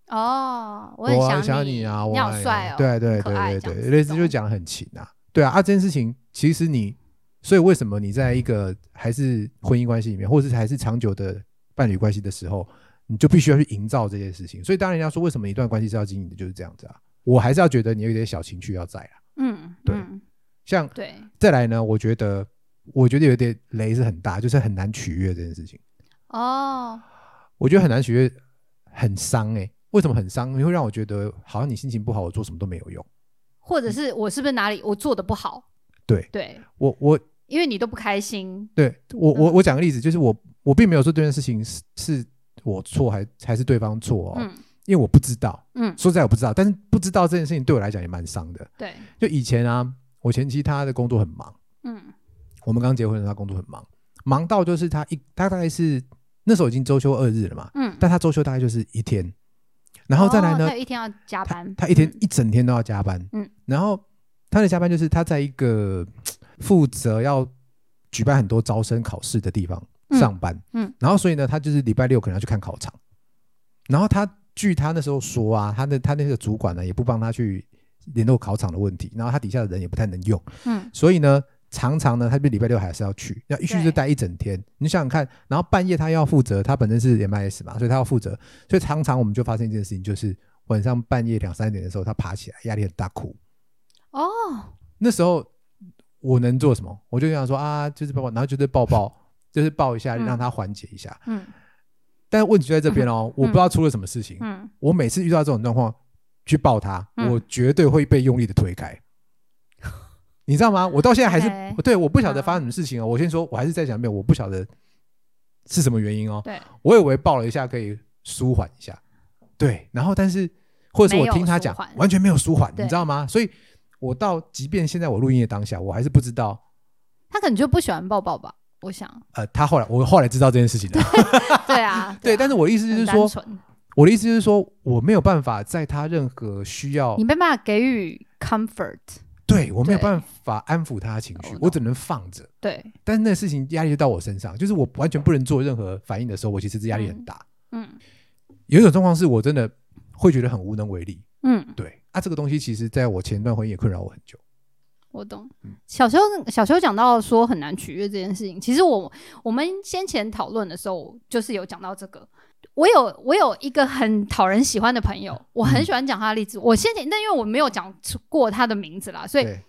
[SPEAKER 2] 哦，我
[SPEAKER 1] 我
[SPEAKER 2] 很
[SPEAKER 1] 想
[SPEAKER 2] 你
[SPEAKER 1] 啊，我
[SPEAKER 2] 你好
[SPEAKER 1] 爱你
[SPEAKER 2] 帅哦，
[SPEAKER 1] 对对
[SPEAKER 2] 可爱
[SPEAKER 1] 对对
[SPEAKER 2] 这样
[SPEAKER 1] 对，
[SPEAKER 2] 子
[SPEAKER 1] 类似就
[SPEAKER 2] 懂
[SPEAKER 1] 讲得很勤啊，对啊，啊这件事情其实你，所以为什么你在一个还是婚姻关系里面，或者是还是长久的伴侣关系的时候，你就必须要去营造这件事情。所以当人家说为什么一段关系是要经营的，就是这样子啊，我还是要觉得你有一点小情趣要在啊。
[SPEAKER 2] 嗯，
[SPEAKER 1] 对
[SPEAKER 2] 嗯
[SPEAKER 1] 像
[SPEAKER 2] 对，
[SPEAKER 1] 再来呢，我觉得我觉得有点雷是很大，就是很难取悦这件事情，
[SPEAKER 2] 哦，
[SPEAKER 1] 我觉得很难取悦，很伤哎、为什么很伤？你会让我觉得好像你心情不好，我做什么都没有用。
[SPEAKER 2] 或者是我是不是哪里我做的不好？
[SPEAKER 1] 嗯对
[SPEAKER 2] 对，
[SPEAKER 1] 我我
[SPEAKER 2] 因为你都不开心，
[SPEAKER 1] 对我我
[SPEAKER 2] 嗯
[SPEAKER 1] 我讲个例子，就是我我并没有说这件事情是是我错还还是对方错哦，
[SPEAKER 2] 嗯
[SPEAKER 1] 因为我不知道，
[SPEAKER 2] 嗯，
[SPEAKER 1] 说实在我不知道，但是不知道这件事情对我来讲也蛮伤的。
[SPEAKER 2] 对，
[SPEAKER 1] 就以前啊，我前妻她的工作很忙，
[SPEAKER 2] 嗯
[SPEAKER 1] 我们刚结婚的时候她工作很忙，忙到就是她一她大概是那时候已经周休二日了嘛，
[SPEAKER 2] 嗯。
[SPEAKER 1] 但她周休大概就是一天，然后再来呢
[SPEAKER 2] 哦、他，有一天要加班，
[SPEAKER 1] 她一天
[SPEAKER 2] 嗯
[SPEAKER 1] 一整天都要加班，
[SPEAKER 2] 嗯
[SPEAKER 1] 然后她的加班就是她在一个负责要举办很多招生考试的地方。
[SPEAKER 2] 嗯
[SPEAKER 1] 上班，
[SPEAKER 2] 嗯
[SPEAKER 1] 然后所以呢，他就是礼拜六可能要去看考场，然后他据他那时候说啊，他的他那个主管呢也不帮他去联络考场的问题，然后他底下的人也不太能用，
[SPEAKER 2] 嗯，
[SPEAKER 1] 所以呢，常常呢，他就礼拜六还是要去，要一去就
[SPEAKER 2] 对
[SPEAKER 1] 待一整天。你想想看，然后半夜他要负责，他本身是 MIS 嘛，所以他要负责，所以常常我们就发现一件事情，就是晚上半夜两三点的时候，他爬起来压力很大哭。
[SPEAKER 2] 哦，
[SPEAKER 1] 那时候我能做什么？我就想说啊，就是抱抱，然后就是抱抱，就是抱一下，
[SPEAKER 2] 嗯
[SPEAKER 1] 让他缓解一下。
[SPEAKER 2] 嗯
[SPEAKER 1] 但问题就在这边哦，我不知道出了什么事情。
[SPEAKER 2] 嗯，
[SPEAKER 1] 我每次遇到这种状况去抱他，
[SPEAKER 2] 嗯
[SPEAKER 1] 我绝对会被用力的推 开。你知道吗？我到现在还是
[SPEAKER 2] OK 嗯
[SPEAKER 1] 对，我不晓得发生什么事情哦。我先说，我还是在想没有，我不晓得是什么原因哦。
[SPEAKER 2] 对，
[SPEAKER 1] 我以为抱了一下可以舒缓一下，对，然后但是或者是我听他讲
[SPEAKER 2] 没有舒，缓
[SPEAKER 1] 完全没有舒缓，你
[SPEAKER 2] 对
[SPEAKER 1] 知道吗？所以我到即便现在我录音的当下，我还是不知道。
[SPEAKER 2] 他可能就不喜欢抱抱吧，我想。
[SPEAKER 1] 呃，他后来我后来知道这件事情了，
[SPEAKER 2] 对啊，
[SPEAKER 1] 对，但
[SPEAKER 2] 是
[SPEAKER 1] 是我的意思就是说，我的意思就是说，我没有办法在他任何需要
[SPEAKER 2] 你，没办法给予 comfort，
[SPEAKER 1] 对我没有
[SPEAKER 2] 对哦
[SPEAKER 1] 办法安抚他的情
[SPEAKER 2] 我
[SPEAKER 1] 绪
[SPEAKER 2] 懂，
[SPEAKER 1] 我只能放着。
[SPEAKER 2] 对，
[SPEAKER 1] 但是那个事情压力就到我身上，就是我完全不能做任何反应的时候，我其实是压力很大。
[SPEAKER 2] 嗯
[SPEAKER 1] 有一种状况是我真的会觉得很无能为力，
[SPEAKER 2] 嗯，
[SPEAKER 1] 对啊，这个东西其实在我前段婚姻也困扰我很久。
[SPEAKER 2] 我懂。
[SPEAKER 1] 嗯
[SPEAKER 2] 小时候小时候讲到说很难取悦这件事情，其实我我们先前讨论的时候就是有讲到这个。我有我有一个很讨人喜欢的朋友，我
[SPEAKER 1] 嗯
[SPEAKER 2] 很喜欢讲他的例子。我先前但因为我没有讲出过他的名字啦，所以
[SPEAKER 1] 对，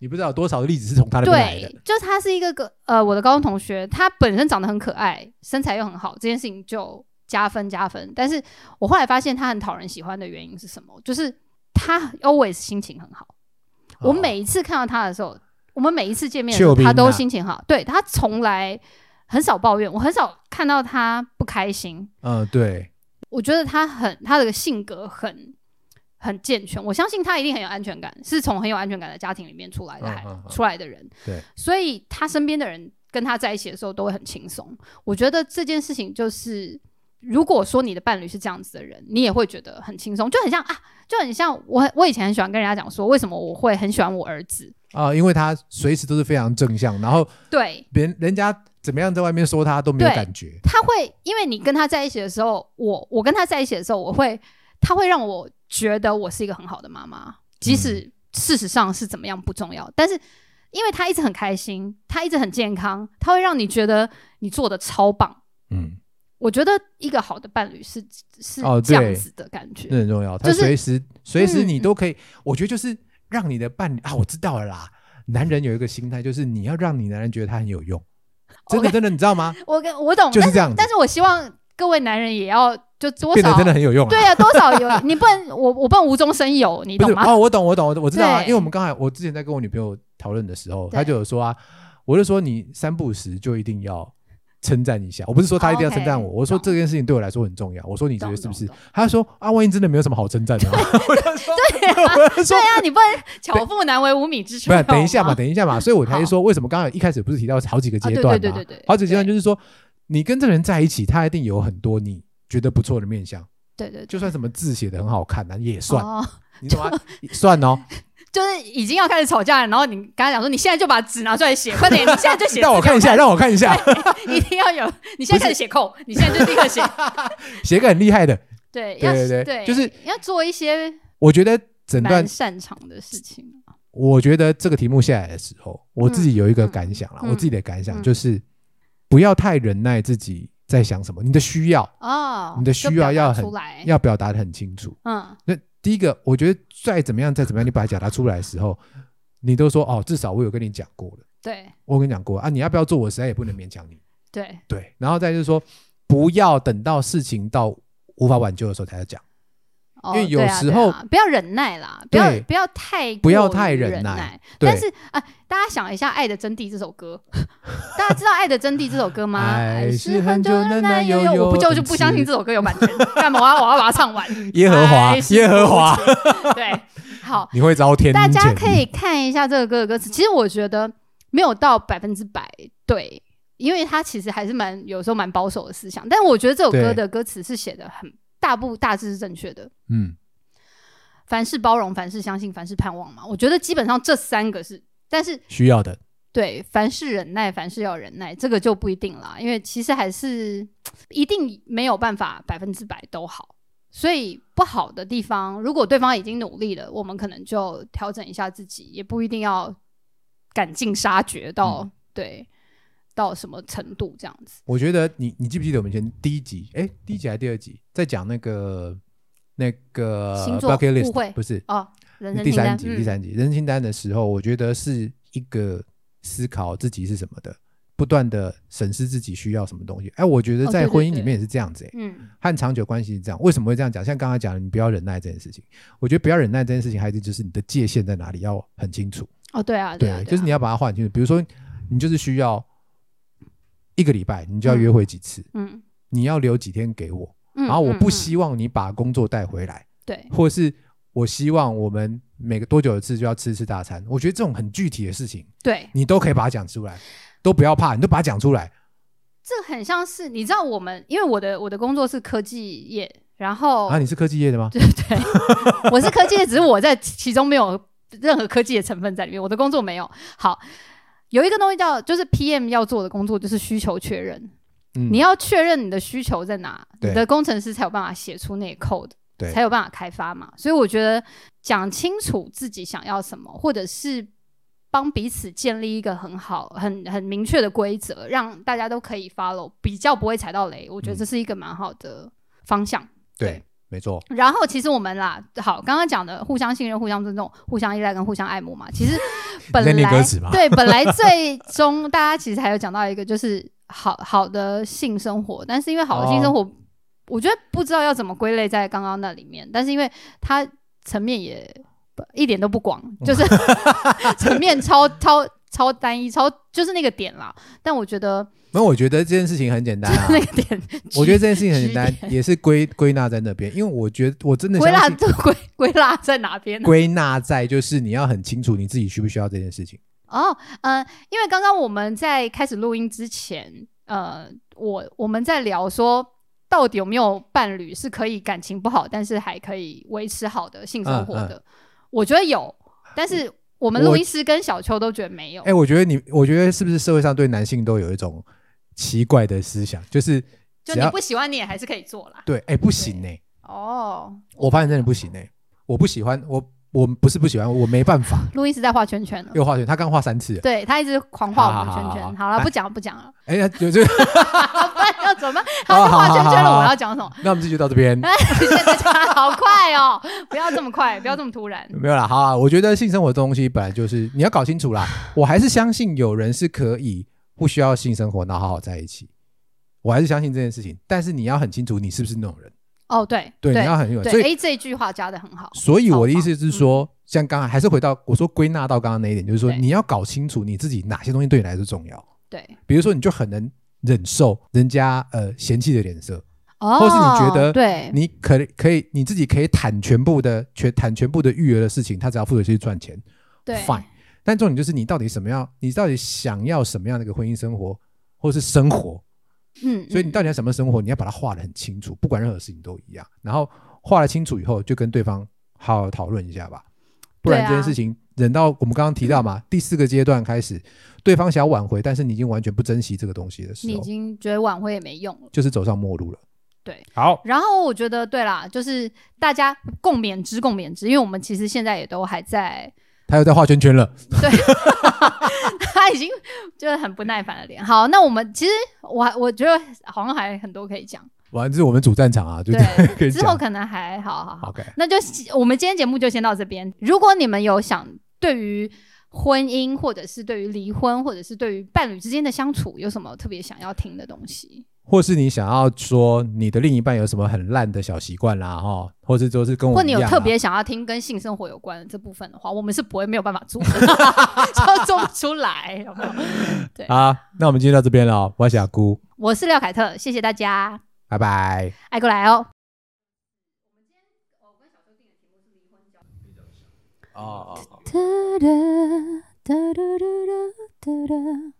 [SPEAKER 1] 你不知道有多少的例子是从他那边来的
[SPEAKER 2] 对。，就是他是一个个呃，我的高中同学，他本身长得很可爱，身材又很好，这件事情就加分加分。但是我后来发现他很讨人喜欢的原因是什么？就是他 always 心情很好。我
[SPEAKER 1] 哦
[SPEAKER 2] 每一次看到他的时候，我们每一次见面的时候，
[SPEAKER 1] 救兵
[SPEAKER 2] 他都
[SPEAKER 1] 啊
[SPEAKER 2] 心情好。对他从来很少抱怨，我很少看到他不开心。
[SPEAKER 1] 嗯对，
[SPEAKER 2] 我觉得他很他的性格很很健全，我相信他一定很有安全感，是从很有安全感的家庭里面出来
[SPEAKER 1] 嗯
[SPEAKER 2] 的孩，
[SPEAKER 1] 嗯嗯
[SPEAKER 2] 出来的人。
[SPEAKER 1] 对，
[SPEAKER 2] 所以他身边的人跟他在一起的时候都会很轻松。我觉得这件事情就是。如果说你的伴侣是这样子的人，你也会觉得很轻松，就很像啊，就很像我我以前很喜欢跟人家讲说，为什么我会很喜欢我儿子？
[SPEAKER 1] 啊，因为他随时都是非常正向，然后
[SPEAKER 2] 对，
[SPEAKER 1] 别人人家怎么样在外面说他都没有
[SPEAKER 2] 对
[SPEAKER 1] 感觉，
[SPEAKER 2] 他会因为你跟他在一起的时候，我我跟他在一起的时候，我会他会让我觉得我是一个很好的妈妈，即
[SPEAKER 1] 嗯
[SPEAKER 2] 使事实上是怎么样不重要，但是因为他一直很开心，他一直很健康，他会让你觉得你做的超棒。
[SPEAKER 1] 嗯，
[SPEAKER 2] 我觉得一个好的伴侣是是
[SPEAKER 1] 哦
[SPEAKER 2] 这样
[SPEAKER 1] 对
[SPEAKER 2] 子的感觉，
[SPEAKER 1] 那很重要。他
[SPEAKER 2] 就是
[SPEAKER 1] 随时随时你
[SPEAKER 2] 嗯
[SPEAKER 1] 都可以，我觉得就是让你的伴侣啊，我知道了啦。男人有一个心态，就是你要让你男人觉得他很有用，真的真的，你知道吗？
[SPEAKER 2] 我跟哦 我懂，
[SPEAKER 1] 就
[SPEAKER 2] 但
[SPEAKER 1] 是这样子
[SPEAKER 2] 但，是我希望各位男人也要就多
[SPEAKER 1] 变得
[SPEAKER 2] 少
[SPEAKER 1] 真的很有用啊。
[SPEAKER 2] 对啊，多少有你不能我我不能无中生有，你
[SPEAKER 1] 不
[SPEAKER 2] 懂
[SPEAKER 1] 是
[SPEAKER 2] 吗？
[SPEAKER 1] 哦，我懂，我懂，我我知道啊，因
[SPEAKER 2] 对
[SPEAKER 1] 为我们刚才我之前在跟我女朋友讨论的时候，
[SPEAKER 2] 对
[SPEAKER 1] 她就有说啊，我就说你三不五时就一定要称赞一下，我不是说她一定要称赞我，
[SPEAKER 2] 哦，OK，
[SPEAKER 1] 我说
[SPEAKER 2] 懂
[SPEAKER 1] 这件事情对我来说很重要，我说你觉得是不是
[SPEAKER 2] 懂懂？
[SPEAKER 1] 她说啊，万一真的没有什么好称赞的啊， 我就说，我 就说
[SPEAKER 2] 对。啊，你不能巧妇难为无米
[SPEAKER 1] 不
[SPEAKER 2] 之炊。
[SPEAKER 1] 是，等一下
[SPEAKER 2] 好
[SPEAKER 1] 嘛，
[SPEAKER 2] 吗
[SPEAKER 1] 等一下嘛，所以我才说为什么刚刚一开始不是提到好几个阶段嘛？
[SPEAKER 2] 啊对对对对对
[SPEAKER 1] 好几个阶段就是说，你跟这个人在一起，他一定有很多你觉得不错的面相，
[SPEAKER 2] 对对，对
[SPEAKER 1] 就算什么字写的很好看啊，也算，
[SPEAKER 2] 哦，
[SPEAKER 1] 你懂吗？ 算 哦，
[SPEAKER 2] 就是已经要开始吵架了，然后你跟他讲说，你现在就把纸拿出来 写，快点，你现在就写，
[SPEAKER 1] 让我看一下，，让我看一 下，
[SPEAKER 2] 一定要有，你现在开始写扣，你现在就立 刻写，
[SPEAKER 1] 写一个很厉害的。
[SPEAKER 2] 对，
[SPEAKER 1] 对
[SPEAKER 2] 要
[SPEAKER 1] 对对
[SPEAKER 2] 对，
[SPEAKER 1] 就是
[SPEAKER 2] 要做一些
[SPEAKER 1] 我觉得整段
[SPEAKER 2] 蛮，擅长的事情。
[SPEAKER 1] 我觉得这个题目下来的时候，我自己有一个感想啦，
[SPEAKER 2] 嗯嗯嗯
[SPEAKER 1] 我自己的感想
[SPEAKER 2] 嗯
[SPEAKER 1] 就是，不要太忍耐自己在想什么，你的需要
[SPEAKER 2] 哦，
[SPEAKER 1] 你的
[SPEAKER 2] 就
[SPEAKER 1] 需要
[SPEAKER 2] 表达
[SPEAKER 1] 要很
[SPEAKER 2] 出来，
[SPEAKER 1] 要表达的很清楚。
[SPEAKER 2] 嗯，
[SPEAKER 1] 那第一个，我觉得再怎么样，再怎么样，你把它表达出来的时候，你都说哦，至少我有跟你讲过了，
[SPEAKER 2] 对
[SPEAKER 1] 我有跟你讲过啊，你要不要做，我实在也不能勉强你。
[SPEAKER 2] 对，
[SPEAKER 1] 对，然后再就是说，不要等到事情到无法挽救的时候才要讲，
[SPEAKER 2] 哦
[SPEAKER 1] 因为有
[SPEAKER 2] 对啊
[SPEAKER 1] 时
[SPEAKER 2] 对
[SPEAKER 1] 候
[SPEAKER 2] 啊不要忍耐啦，不要
[SPEAKER 1] 对
[SPEAKER 2] 不要太
[SPEAKER 1] 不要
[SPEAKER 2] 过
[SPEAKER 1] 太
[SPEAKER 2] 于
[SPEAKER 1] 忍
[SPEAKER 2] 忍
[SPEAKER 1] 耐对
[SPEAKER 2] 但是啊，大家想一下《爱的真谛》这首歌， 大家知道《爱的真谛》这首 歌吗？
[SPEAKER 1] 爱是
[SPEAKER 2] 是
[SPEAKER 1] 很久
[SPEAKER 2] 的
[SPEAKER 1] 难耐
[SPEAKER 2] 悠
[SPEAKER 1] 悠悠
[SPEAKER 2] 我不就
[SPEAKER 1] 很
[SPEAKER 2] 就不相信
[SPEAKER 1] 痴
[SPEAKER 2] 这首歌有版权， 干嘛我要我要把它唱完？ 哎
[SPEAKER 1] 耶和华
[SPEAKER 2] 爱是
[SPEAKER 1] 耶和华
[SPEAKER 2] 不解 对， 好，
[SPEAKER 1] 你会遭天
[SPEAKER 2] 大家
[SPEAKER 1] 谴
[SPEAKER 2] 可以看一下这个歌的歌词。其实我觉得没有到百分之百对，因为它其实还是蛮有时候蛮保守的思想，但我觉得这首歌
[SPEAKER 1] 对
[SPEAKER 2] 的歌词是写的很大部大致是正确的。
[SPEAKER 1] 嗯，
[SPEAKER 2] 凡事包容，凡事相信，凡事盼望嘛。我觉得基本上这三个是，但是
[SPEAKER 1] 需要的，
[SPEAKER 2] 对，凡事忍耐，凡事要忍耐，这个就不一定啦，因为其实还是一定没有办法百分之百都好。所以不好的地方，如果对方已经努力了，我们可能就调整一下自己，也不一定要赶尽杀绝到、
[SPEAKER 1] 嗯
[SPEAKER 2] 对到什么程度这样子。
[SPEAKER 1] 我觉得你你记不记得我们以前第一集？哎，第一集还是第二集在讲那个那个
[SPEAKER 2] 星座
[SPEAKER 1] bucket
[SPEAKER 2] 误
[SPEAKER 1] list
[SPEAKER 2] 会
[SPEAKER 1] 不是
[SPEAKER 2] 哦，人生
[SPEAKER 1] 第
[SPEAKER 2] 清单，
[SPEAKER 1] 三集第三集人生清单的时候，我觉得是一个思考自己是什么的，不断的审视自己需要什么东西。哎，我觉得
[SPEAKER 2] 哦
[SPEAKER 1] 在
[SPEAKER 2] 对对
[SPEAKER 1] 婚姻里
[SPEAKER 2] 对
[SPEAKER 1] 面也是这样子、哎。
[SPEAKER 2] 嗯嗯，
[SPEAKER 1] 和长久关系是这样，为什么会这样讲？像刚才讲的，你不要忍耐这件事情，我觉得不要忍耐这件事情，还是就是你的界限在哪里要很清楚。
[SPEAKER 2] 哦，对啊，
[SPEAKER 1] 对
[SPEAKER 2] 啊，
[SPEAKER 1] 就是你
[SPEAKER 2] 要，
[SPEAKER 1] 要把它划清楚。比如说，你就是需要一个礼拜，你就要约会几次，
[SPEAKER 2] 嗯
[SPEAKER 1] 你要留几天给我，
[SPEAKER 2] 嗯，
[SPEAKER 1] 然后啊我
[SPEAKER 2] 嗯
[SPEAKER 1] 不
[SPEAKER 2] 嗯
[SPEAKER 1] 希望你把工作带回来，
[SPEAKER 2] 对，
[SPEAKER 1] 或是我希望我们每个多久一次就要吃一次大餐。我觉得这种很具体的事情，
[SPEAKER 2] 对，
[SPEAKER 1] 你都可以把它讲出来，都不要怕，你都把它讲出来。
[SPEAKER 2] 这很像是你知道我们，因为我的我的工作是科技业，然后、
[SPEAKER 1] 啊，你是科技业的吗？
[SPEAKER 2] 哦对对， 我是科技业，只是我在其中没有任何科技的成分在里面，我的工作没有。好，有一个东西叫就是 PM 要做的工作就是需求确认，
[SPEAKER 1] 嗯，
[SPEAKER 2] 你要确认你的需求在哪，
[SPEAKER 1] 对
[SPEAKER 2] 你的工程师才有办法写出那个 code，
[SPEAKER 1] 对
[SPEAKER 2] 才有办法开发嘛。所以我觉得讲清楚自己想要什么，或者是帮彼此建立一个很好、很很明确的规则，让大家都可以 follow，比较不会踩到雷。我觉得
[SPEAKER 1] 嗯
[SPEAKER 2] 这是一个蛮好的方向。
[SPEAKER 1] 对，没错，
[SPEAKER 2] 然后其实我们啦，好，刚刚讲的互相信任、互相尊重、互相依赖跟互相爱慕嘛，其实本
[SPEAKER 1] 在念歌
[SPEAKER 2] 来
[SPEAKER 1] 词吗？
[SPEAKER 2] 对本来最终大家其实还有讲到一个就是好好的性生活，但是因为好的性生活，
[SPEAKER 1] 哦
[SPEAKER 2] 我觉得不知道要怎么归类在刚刚那里面，但是因为它层面也不一点都不广，
[SPEAKER 1] 嗯
[SPEAKER 2] 就是 层面超超超单一，超就是那个点啦。但我觉得
[SPEAKER 1] 那我觉得这件事情很简单、啊，，
[SPEAKER 2] 那个点
[SPEAKER 1] 我觉得这件事情很简
[SPEAKER 2] 指
[SPEAKER 1] 单，也是归归纳在那边，因为我觉得我真的
[SPEAKER 2] 归
[SPEAKER 1] 相
[SPEAKER 2] 纳
[SPEAKER 1] 信
[SPEAKER 2] 归归纳在哪边呢？
[SPEAKER 1] 归纳在就是你要很清楚你自己需不需要这件事情。
[SPEAKER 2] 哦，嗯、因为刚刚我们在开始录音之前，呃，我我们在聊说，到底有没有伴侣是可以感情不好，但是还可以维持好的性生活
[SPEAKER 1] 嗯
[SPEAKER 2] 的？我觉得有，但是我们录音师跟小邱都觉得没有
[SPEAKER 1] 哎、。我觉得你，我觉得是不是社会上对男性都有一种奇怪的思想，就是
[SPEAKER 2] 就
[SPEAKER 1] 只
[SPEAKER 2] 你
[SPEAKER 1] 要
[SPEAKER 2] 不喜欢，你也还是可以做啦。
[SPEAKER 1] 对，哎、不行呢、
[SPEAKER 2] 哦，
[SPEAKER 1] 我发现真的不行呢、我不喜欢，我我不是不喜欢，我没办 法。
[SPEAKER 2] 录音师在画圈圈了。
[SPEAKER 1] 又画圈，他刚画三次了，
[SPEAKER 2] 对他一直狂画我
[SPEAKER 1] 好
[SPEAKER 2] 们
[SPEAKER 1] 好好
[SPEAKER 2] 圈
[SPEAKER 1] 好
[SPEAKER 2] 圈，
[SPEAKER 1] 好
[SPEAKER 2] 好了，
[SPEAKER 1] 来
[SPEAKER 2] 不讲了不讲了，
[SPEAKER 1] 哎、呀， 有这个，
[SPEAKER 2] 不然要 怎么办？他在画圈圈
[SPEAKER 1] 好好好
[SPEAKER 2] 了，
[SPEAKER 1] 好
[SPEAKER 2] 我要讲什么？
[SPEAKER 1] 那我们这就到这边。
[SPEAKER 2] 哎，现在讲好快哦，不要这么快，不要这么突然。
[SPEAKER 1] 没有啦，好啊，我觉得性生活这东西本来就是你要搞清楚啦。我还是相信有人是可以不需要性生活，然后好好在一起。我还是相信这件事情，但是你要很清楚你是不是那种人，
[SPEAKER 2] 哦，对
[SPEAKER 1] 对，你要很有。所
[SPEAKER 2] 对，
[SPEAKER 1] 以，
[SPEAKER 2] 哎，这一句话加的很好。
[SPEAKER 1] 所以我的意
[SPEAKER 2] 超棒
[SPEAKER 1] 思是说，像刚才还是回到我说归纳到刚刚那一点，就是说
[SPEAKER 2] 对
[SPEAKER 1] 你要搞清楚你自己哪些东西对你来说重要。
[SPEAKER 2] 对，
[SPEAKER 1] 比如说，你就很能忍受人家呃嫌弃的脸色，
[SPEAKER 2] 哦
[SPEAKER 1] 是你觉得
[SPEAKER 2] 对，
[SPEAKER 1] 你可可以你自己可以坦全部的全坦全部的育儿的事情，他只要负责去赚钱。
[SPEAKER 2] 对
[SPEAKER 1] fine。但重点就是你到底什么样，你到底想要什么样的一个婚姻生活，或是生活？
[SPEAKER 2] 嗯，
[SPEAKER 1] 所以你
[SPEAKER 2] 嗯
[SPEAKER 1] 到底要什么生活，你要把它画得很清楚，不管任何事情都一样。然后画得清楚以后，就跟对方好好讨论一下吧，不然
[SPEAKER 2] 对啊
[SPEAKER 1] 这件事情、忍到我们刚刚提到
[SPEAKER 2] 啊
[SPEAKER 1] 嘛，第四个阶段开始，对方想要挽回，但是你已经完全不珍惜这个东西的时
[SPEAKER 2] 你已
[SPEAKER 1] 候，
[SPEAKER 2] 经觉得挽回也没用了。
[SPEAKER 1] 就是走上末路了。
[SPEAKER 2] 对，
[SPEAKER 1] 好，
[SPEAKER 2] 然后我觉得，对啦，就是大家共勉之，共勉之，因为我们其实现在也都还在，
[SPEAKER 1] 他又在画圈圈了。
[SPEAKER 2] 他已经就是很不耐烦的脸。好，那我们其实我还我觉得好像还很多可以讲，
[SPEAKER 1] 完，这是我们主战场啊，就这样可以
[SPEAKER 2] 对，之后
[SPEAKER 1] 讲。
[SPEAKER 2] 可能还好好好。
[SPEAKER 1] OK，
[SPEAKER 2] 那就我们今天节目就先到这边。如果你们有想对于婚姻，或者是对于离婚，或者是对于伴侣之间的相处，有什么特别想要听的东西？
[SPEAKER 1] 或是你想要说你的另一半有什么很烂的小习惯啦，哈，或是就是跟我
[SPEAKER 2] 或
[SPEAKER 1] 一
[SPEAKER 2] 你有
[SPEAKER 1] 样啊
[SPEAKER 2] 特别想要听跟性生活有关的这部分的话，我们是不会没有办法做的， 就做不出来，有没有？
[SPEAKER 1] 啊，那我们今天到这边了哦，我是小姑，
[SPEAKER 2] 我是廖凯特，谢谢大家，
[SPEAKER 1] 拜拜。
[SPEAKER 2] 爱过来哦。
[SPEAKER 1] 哦哦。
[SPEAKER 4] 哒哒哒哒哒哒哒哒，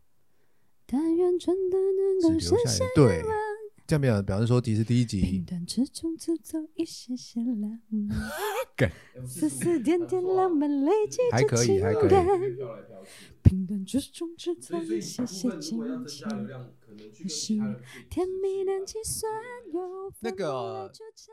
[SPEAKER 4] 但愿真的
[SPEAKER 1] 只
[SPEAKER 4] 能够
[SPEAKER 1] 留
[SPEAKER 4] 实
[SPEAKER 1] 下
[SPEAKER 4] 现
[SPEAKER 1] 一哎对，这样表表示说，其实第一集
[SPEAKER 4] 平淡之中制造一些些浪 漫，
[SPEAKER 3] 哎我是
[SPEAKER 4] 丝丝点点浪漫累积
[SPEAKER 1] 还
[SPEAKER 4] 着
[SPEAKER 1] 可以
[SPEAKER 4] 情
[SPEAKER 1] 还可以
[SPEAKER 4] 感，
[SPEAKER 3] 飘来飘去，
[SPEAKER 4] 平淡之中只藏
[SPEAKER 3] 所以所
[SPEAKER 4] 一
[SPEAKER 3] 以一部
[SPEAKER 4] 些些
[SPEAKER 3] 分如果要
[SPEAKER 4] 惊喜，
[SPEAKER 3] 增加流量，可能去跟其他人去
[SPEAKER 4] 甜蜜难计算有
[SPEAKER 1] 那个
[SPEAKER 4] 分明了就差